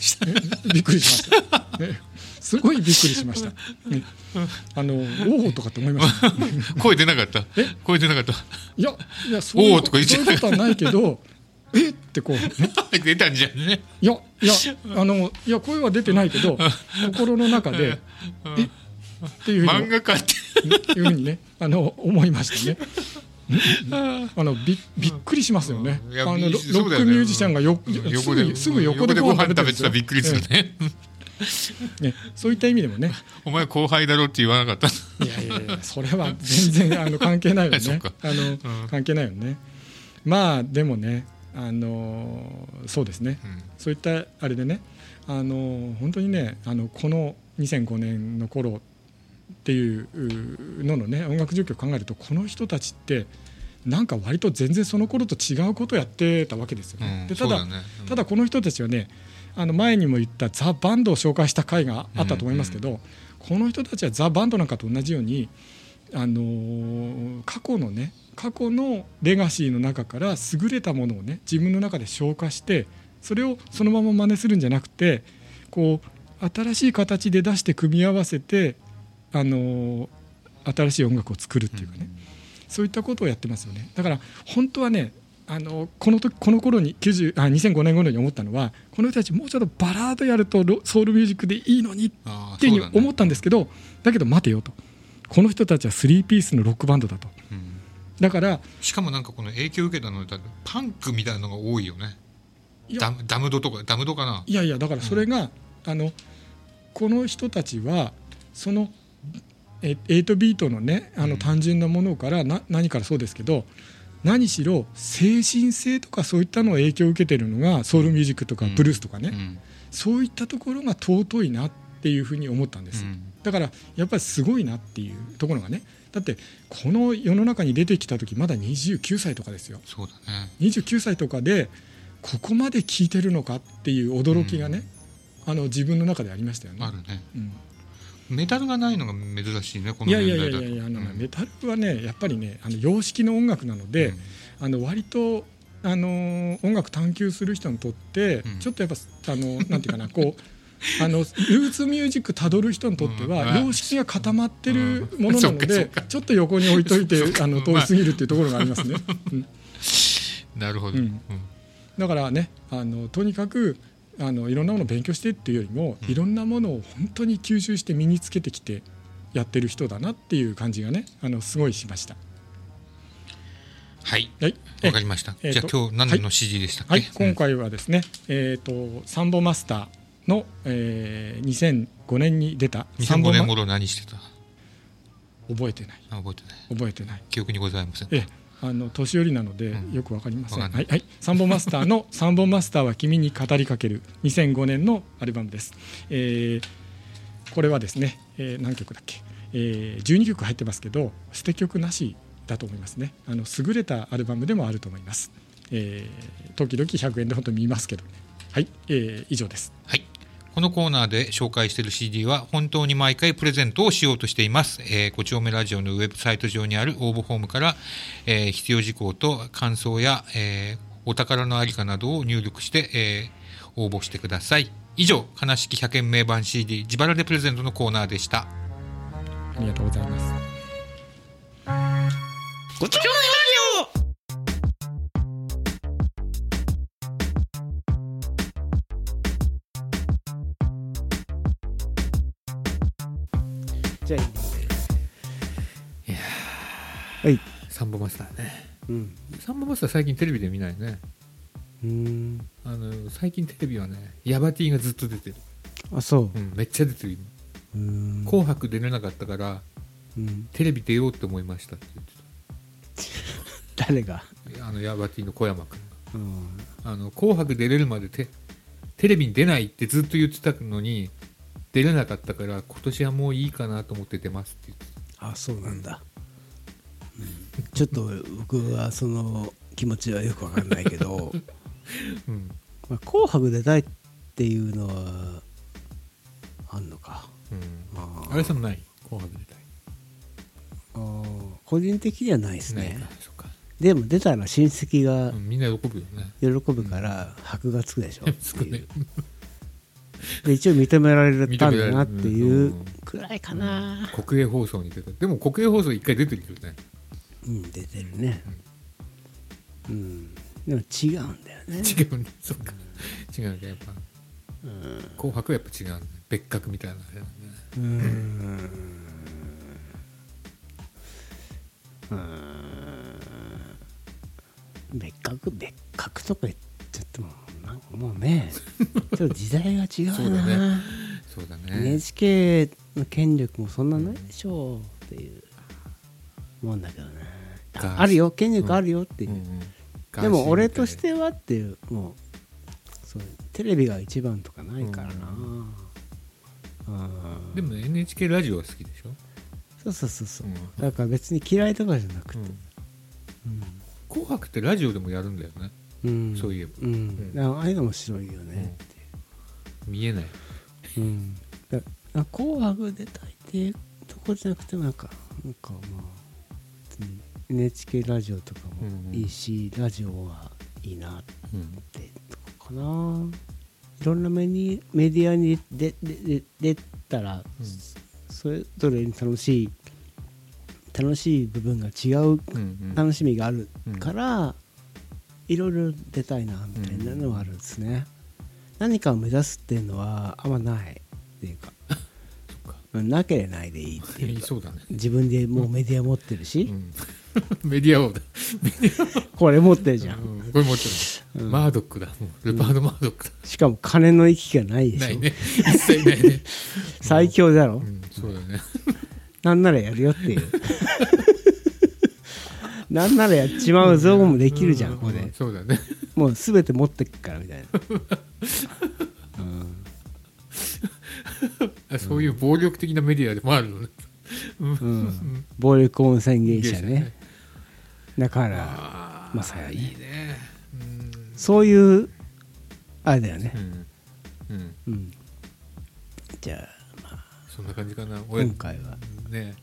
Speaker 5: びっくりしました、ね、すごいびっくりしました、ね、あのおおとかって思いました、
Speaker 2: 声出なかった
Speaker 5: え
Speaker 2: 声出なかった
Speaker 5: いやいやそうい
Speaker 2: お
Speaker 5: う
Speaker 2: ーとか言っち
Speaker 5: そ
Speaker 2: ゃ
Speaker 5: う
Speaker 2: う
Speaker 5: いうことはないけどえっってこう、ね、
Speaker 2: 出たんじゃんね。
Speaker 5: いやいやあのいや声は出てないけど心の中でえっていうふうに
Speaker 2: 漫画家って。
Speaker 5: いうふうにね、あの思いましたね。あのびびっくりしますよね。
Speaker 2: い
Speaker 5: あ
Speaker 2: や
Speaker 5: のロロ
Speaker 2: そう
Speaker 5: ッ
Speaker 2: だよ
Speaker 5: ク
Speaker 2: ね
Speaker 5: ミュージシャンがよ
Speaker 2: うん
Speaker 5: す
Speaker 2: 横で
Speaker 5: ぐすぐ横で
Speaker 2: ご
Speaker 5: ご飯
Speaker 2: 飯食
Speaker 5: 食
Speaker 2: べ
Speaker 5: べ
Speaker 2: て
Speaker 5: て
Speaker 2: たらびっくりするね。
Speaker 5: ね。そういった意味でもね、
Speaker 2: お前後輩だろって言わなかった。
Speaker 5: いやいやいやそれは全然あの関係ない よ
Speaker 2: そっ
Speaker 5: ね
Speaker 2: か。
Speaker 5: あの、関係ないよね。まあでもね、あのそうですね。
Speaker 2: うん
Speaker 5: そういったあれでね、あの本当にね、あのこの2005年の頃っていううののね音楽状況を考えるとこの人たちってなんか割と全然その頃と違うことをやってたわけですよね。
Speaker 2: うん
Speaker 5: でた
Speaker 2: そ
Speaker 5: だ
Speaker 2: うよねうん
Speaker 5: ただこの人たちはねあの前にも言ったザ・バンドを紹介した回があったと思いますけど、この人たちはザ・バンドなんかと同じように、あのー過去のね過去のレガシーの中から優れたものをね自分の中で消化してそれをそのまま真似するんじゃなくてこう新しい形で出して組み合わせて、あのー新しい音楽を作るっていうかね、そういったことをやってますよね。だから本当はね、あのこの時この頃に90あ2005年頃に思ったのは、この人たちもうちょっとバラードやるとロソウルミュージックでいいのにっ
Speaker 2: あー
Speaker 5: ていうふう
Speaker 2: そうだ
Speaker 5: に
Speaker 2: ね
Speaker 5: 思ったんですけど、だけど待てよと。この人たちはスリーピースのロックバンドだと。
Speaker 2: うん
Speaker 5: だから
Speaker 2: しかもなんかこの影響を受けたのだパンクみたいなのが多いよね
Speaker 5: いや
Speaker 2: ダムダムドとかダムドかない
Speaker 5: やいやだからそれが、あのこの人たちはそのえ8ビートのねあ
Speaker 2: う
Speaker 5: の
Speaker 2: ん
Speaker 5: 単純なものから、な何からそうですけど何しろ精神性とかそういったのを影響を受けてるのがソウルミュージックとか
Speaker 2: うん
Speaker 5: ブルースとかね、
Speaker 2: うん
Speaker 5: そういったところが尊いなっていうふうに思ったんです、
Speaker 2: うん
Speaker 5: だからやっぱりすごいなっていうところがねだってこの世の中に出てきた時まだ29歳とかですよ
Speaker 2: そうだね
Speaker 5: 29歳とかでここまで聴いてるのかっていう驚きがね、あの自分の中でありましたよね。
Speaker 2: あるね
Speaker 5: うん
Speaker 2: メタルがないのが珍しいねこ
Speaker 5: い
Speaker 2: の
Speaker 5: やい
Speaker 2: 年
Speaker 5: や
Speaker 2: 代
Speaker 5: いやい
Speaker 2: だ
Speaker 5: や
Speaker 2: と
Speaker 5: いやあのね、
Speaker 2: うん
Speaker 5: メタルはねやっぱりねあの様式の音楽なので、
Speaker 2: うん
Speaker 5: あの割と、あのー音楽探求する人にとって、
Speaker 2: うん
Speaker 5: ちょっとやっぱあのなんていうかなこうあのルーツミュージックたどる人にとっては、
Speaker 2: うん
Speaker 5: 様式が固まってる
Speaker 2: うん
Speaker 5: もの
Speaker 2: そ
Speaker 5: なの
Speaker 2: っ
Speaker 5: で、
Speaker 2: かそっか
Speaker 5: ちょっと横に置いといて
Speaker 2: そっか
Speaker 5: あの通り過ぎるっていうところがありますね。うん
Speaker 2: なるほど、う
Speaker 5: うんんだからねあのとにかくあのいろんなものを勉強してっていうよりも、いろんなものを本当に吸収して身につけてきてやってる人だなっていう感じがねあのすごいしました。
Speaker 2: はい
Speaker 5: はい、
Speaker 2: わかりました、
Speaker 5: えー
Speaker 2: じゃあ
Speaker 5: と
Speaker 2: 今日何の指示でしたっけ、
Speaker 5: はい、今回はですね、えー、とサンボマスターの、えー、2005年に出たサンボ
Speaker 2: 2005
Speaker 5: マ
Speaker 2: 年頃何してた
Speaker 5: 覚えてない
Speaker 2: あ覚えてない
Speaker 5: 覚えてない
Speaker 2: 記憶にございません
Speaker 5: ええあの年寄りなので
Speaker 2: うん
Speaker 5: よくわかりません、
Speaker 2: わかんな
Speaker 5: はいい、はい、サンボマスタ ーの「サンボマスターは君に語りかける」2005年のアルバムです、えーこれはですね、えー何曲だっけ、えー12曲入ってますけど捨て曲なしだと思いますねあの優れたアルバムでもあると思います、えー時々100円で本当に見ますけどねはい、えー以上です
Speaker 2: はい。このコーナーで紹介している CD は本当に毎回プレゼントをしようとしています。えー、ご丁目ラジオのウェブサイト上にある応募フォームから、えー必要事項と感想や、えーお宝のありかなどを入力して、えー応募してください。以上、悲しき100円名盤 CD 自腹でプレゼントのコーナーでした。
Speaker 5: ありがとうございます
Speaker 1: じゃあ
Speaker 2: いや
Speaker 1: はい
Speaker 2: サンボマスターね。
Speaker 1: うん
Speaker 2: サンボマスター最近テレビで見ないね。
Speaker 1: うーん
Speaker 2: あの、最近テレビはね、ヤバティがずっと出てる。
Speaker 1: あそう
Speaker 2: うん、めっちゃ出てる。
Speaker 1: うーん
Speaker 2: 紅白出れなかったから、
Speaker 1: うん
Speaker 2: テレビ出ようって思いましたって言ってた。
Speaker 1: 誰が
Speaker 2: あのヤバティの小山君
Speaker 1: うん
Speaker 2: あの紅白出れるまでてテレビに出ないってずっと言ってたのに出れなかったから今年はもういいかなと思って出ますって言って
Speaker 1: あそうなんだ、うんちょっと僕はその気持ちはよくわかんないけ ど
Speaker 2: たうん
Speaker 1: まあ紅白出たいっていうのはあんのか
Speaker 2: うん
Speaker 1: あ
Speaker 2: あれさんもない紅白出たい
Speaker 1: あー個人的にはないです
Speaker 2: ない
Speaker 1: ね
Speaker 2: かそっか、
Speaker 1: でも出たら親戚が
Speaker 2: うん、みんな喜ぶよね
Speaker 1: 喜ぶから箔がつくでしょって
Speaker 2: つく
Speaker 1: い
Speaker 2: ね
Speaker 1: うで一応認められたんだなっ
Speaker 2: 認められる
Speaker 1: ていう
Speaker 2: うん
Speaker 1: くらいかな
Speaker 2: 国営放送に出たでも国営放送一回出てるよね
Speaker 1: うん出てるねうんでも違うんだよね
Speaker 2: 違うねそっか違うねやっぱ紅白はやっぱ違うね別格みたいなあれだね
Speaker 1: うーんうーん別格別格とか言っちゃってもなんかもう ねちょっと時代が違
Speaker 2: そう
Speaker 1: う
Speaker 2: だ
Speaker 1: な
Speaker 2: ねそうだね
Speaker 1: NHK の権力もそんなないでしょうっていう思うんだけどね
Speaker 2: か
Speaker 1: ああるよ権力あるよっていう、
Speaker 2: うんうん
Speaker 1: でも俺としてはっていうもうそうテレビが一番とかないからな、うん
Speaker 2: でも NHK ラジオは好きでしょ、
Speaker 1: そうそうそうそう、
Speaker 2: うん
Speaker 1: だから別に嫌いとかじゃなくて、
Speaker 2: 紅白ってラジオでもやるんだよね
Speaker 1: うん
Speaker 2: そういえば
Speaker 1: うんあああいうの面白いよねって
Speaker 2: 見えない
Speaker 1: いう、うんだからあ紅白出たいっていうとこじゃなくてもなんかなんかまあ別に NHK ラジオとかもいいし、ラジオはいいなっ
Speaker 2: うん
Speaker 1: てとこかないろんなメにメディアに出出出出たら、それぞれに楽しい楽しい部分が違う
Speaker 2: うんうん
Speaker 1: 楽しみがあるから、いろいろ出たいなみたいなのはあるんですね、何かを目指すっていうのはあんまないっていうか
Speaker 2: そっか
Speaker 1: なければないでいいっていう
Speaker 2: いそうだね
Speaker 1: 自分でもうメディア持ってるし、
Speaker 2: うん メディア王だ。
Speaker 1: これ持ってるじゃん
Speaker 2: うんこれ持ってる。マードックだ。もうルパード・マードックだ。
Speaker 1: しかも金の行きがないでしょ
Speaker 2: ないね。一切ないね。
Speaker 1: 最強だろ、
Speaker 2: うん、そうだね。
Speaker 1: なんならやるよっ ていうなんならやっちまうぞもできるじゃん、ここ
Speaker 2: う
Speaker 1: で
Speaker 2: そうだね。
Speaker 1: もう全て持ってくからみたいな
Speaker 2: あそういう暴力的なメディアでもあるのね。
Speaker 1: うん暴力温泉芸者
Speaker 2: 芸者
Speaker 1: ね
Speaker 2: ね
Speaker 1: 中原
Speaker 2: あ
Speaker 1: まさやね
Speaker 2: いいね。
Speaker 1: そういうあれだよね
Speaker 2: う、ん。うん。
Speaker 1: うん、じゃあ
Speaker 2: そんな感じかな。俺
Speaker 1: 今、回は、
Speaker 2: ね、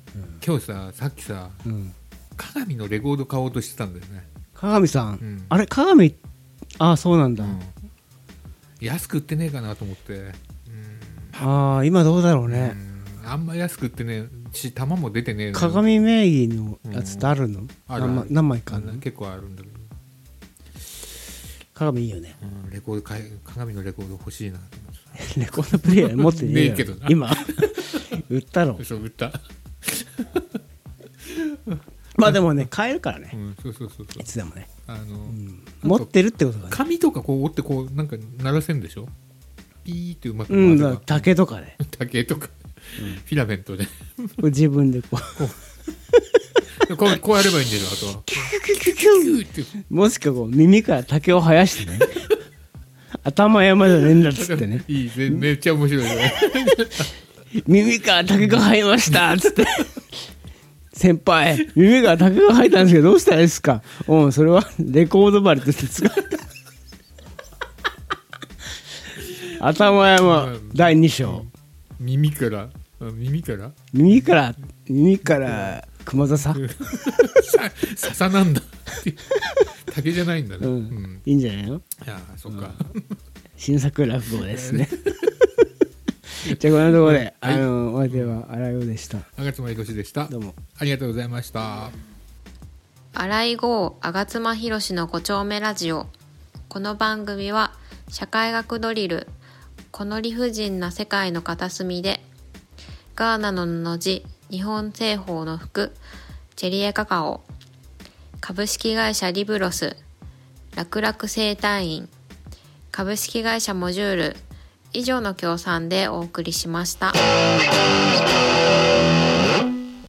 Speaker 2: 今日さ、さっきさ、
Speaker 1: うん、
Speaker 2: 鏡のレコード買おうとしてたんだよね。
Speaker 1: 鏡さん、
Speaker 2: うん
Speaker 1: あれ鏡ああそうなんだ、
Speaker 2: うん。安く売ってねえかなと思って。うん。
Speaker 1: ああ今どうだろうね、
Speaker 2: うんあんま安く売ってねえし玉も出てねえのよ
Speaker 1: 鏡名義のやつってあるの、
Speaker 2: あるある
Speaker 1: 何枚何枚かあるの
Speaker 2: 結構あるんだけど、
Speaker 1: 鏡いいよね
Speaker 2: うん、レコード買い鏡のレコード欲しいなと思って
Speaker 1: レコードプレイヤー持ってねえよ
Speaker 2: ねえけどな
Speaker 1: 今 売ったろ
Speaker 2: たそう売った、
Speaker 1: まあでもね買えるから
Speaker 2: う
Speaker 1: ね
Speaker 2: ん、そうそうそうそ
Speaker 1: いうつでもね、
Speaker 2: あの、
Speaker 1: うん、持ってるってことだね
Speaker 2: 紙とかこう折ってこうなんか鳴らせんでしょピーってうまく
Speaker 1: う
Speaker 2: 回
Speaker 1: ん
Speaker 2: せば
Speaker 1: だから竹とかね
Speaker 2: 竹とか、フィラメントで
Speaker 1: これ自分でこ
Speaker 2: こうこうやればいいんでしょあとはキューって
Speaker 1: うもしくはこう耳から竹を生やしてね頭山じゃねえんだっつってね
Speaker 2: いいぜめっちゃ面白 いね
Speaker 1: 耳から竹が生えましたっつって先輩耳から竹が生えたんですけどどうしたらいいですかうんそれはレコード針として使った頭山第2章
Speaker 2: 耳からあ耳から
Speaker 1: 耳から耳から熊笹
Speaker 2: さ笹なんだっていう竹じゃないんだね、
Speaker 1: う
Speaker 2: うん
Speaker 1: んいいんじゃないの
Speaker 2: ああそっか、
Speaker 1: 新作落語ですねじゃあこんなところで、あのお相手は荒尾でした
Speaker 2: 吾妻ひろしでした
Speaker 1: どうも
Speaker 2: ありがとうございました
Speaker 3: 荒井剛、吾妻ひろしの5丁目ラジオ。この番組は、社会学ドリル、この理不尽な世界の片隅で、ガーナのの字、日本製法の服、チェリエカカオ、株式会社リブロス、楽々生態院、株式会社モジュール、以上の協賛でお送りしました。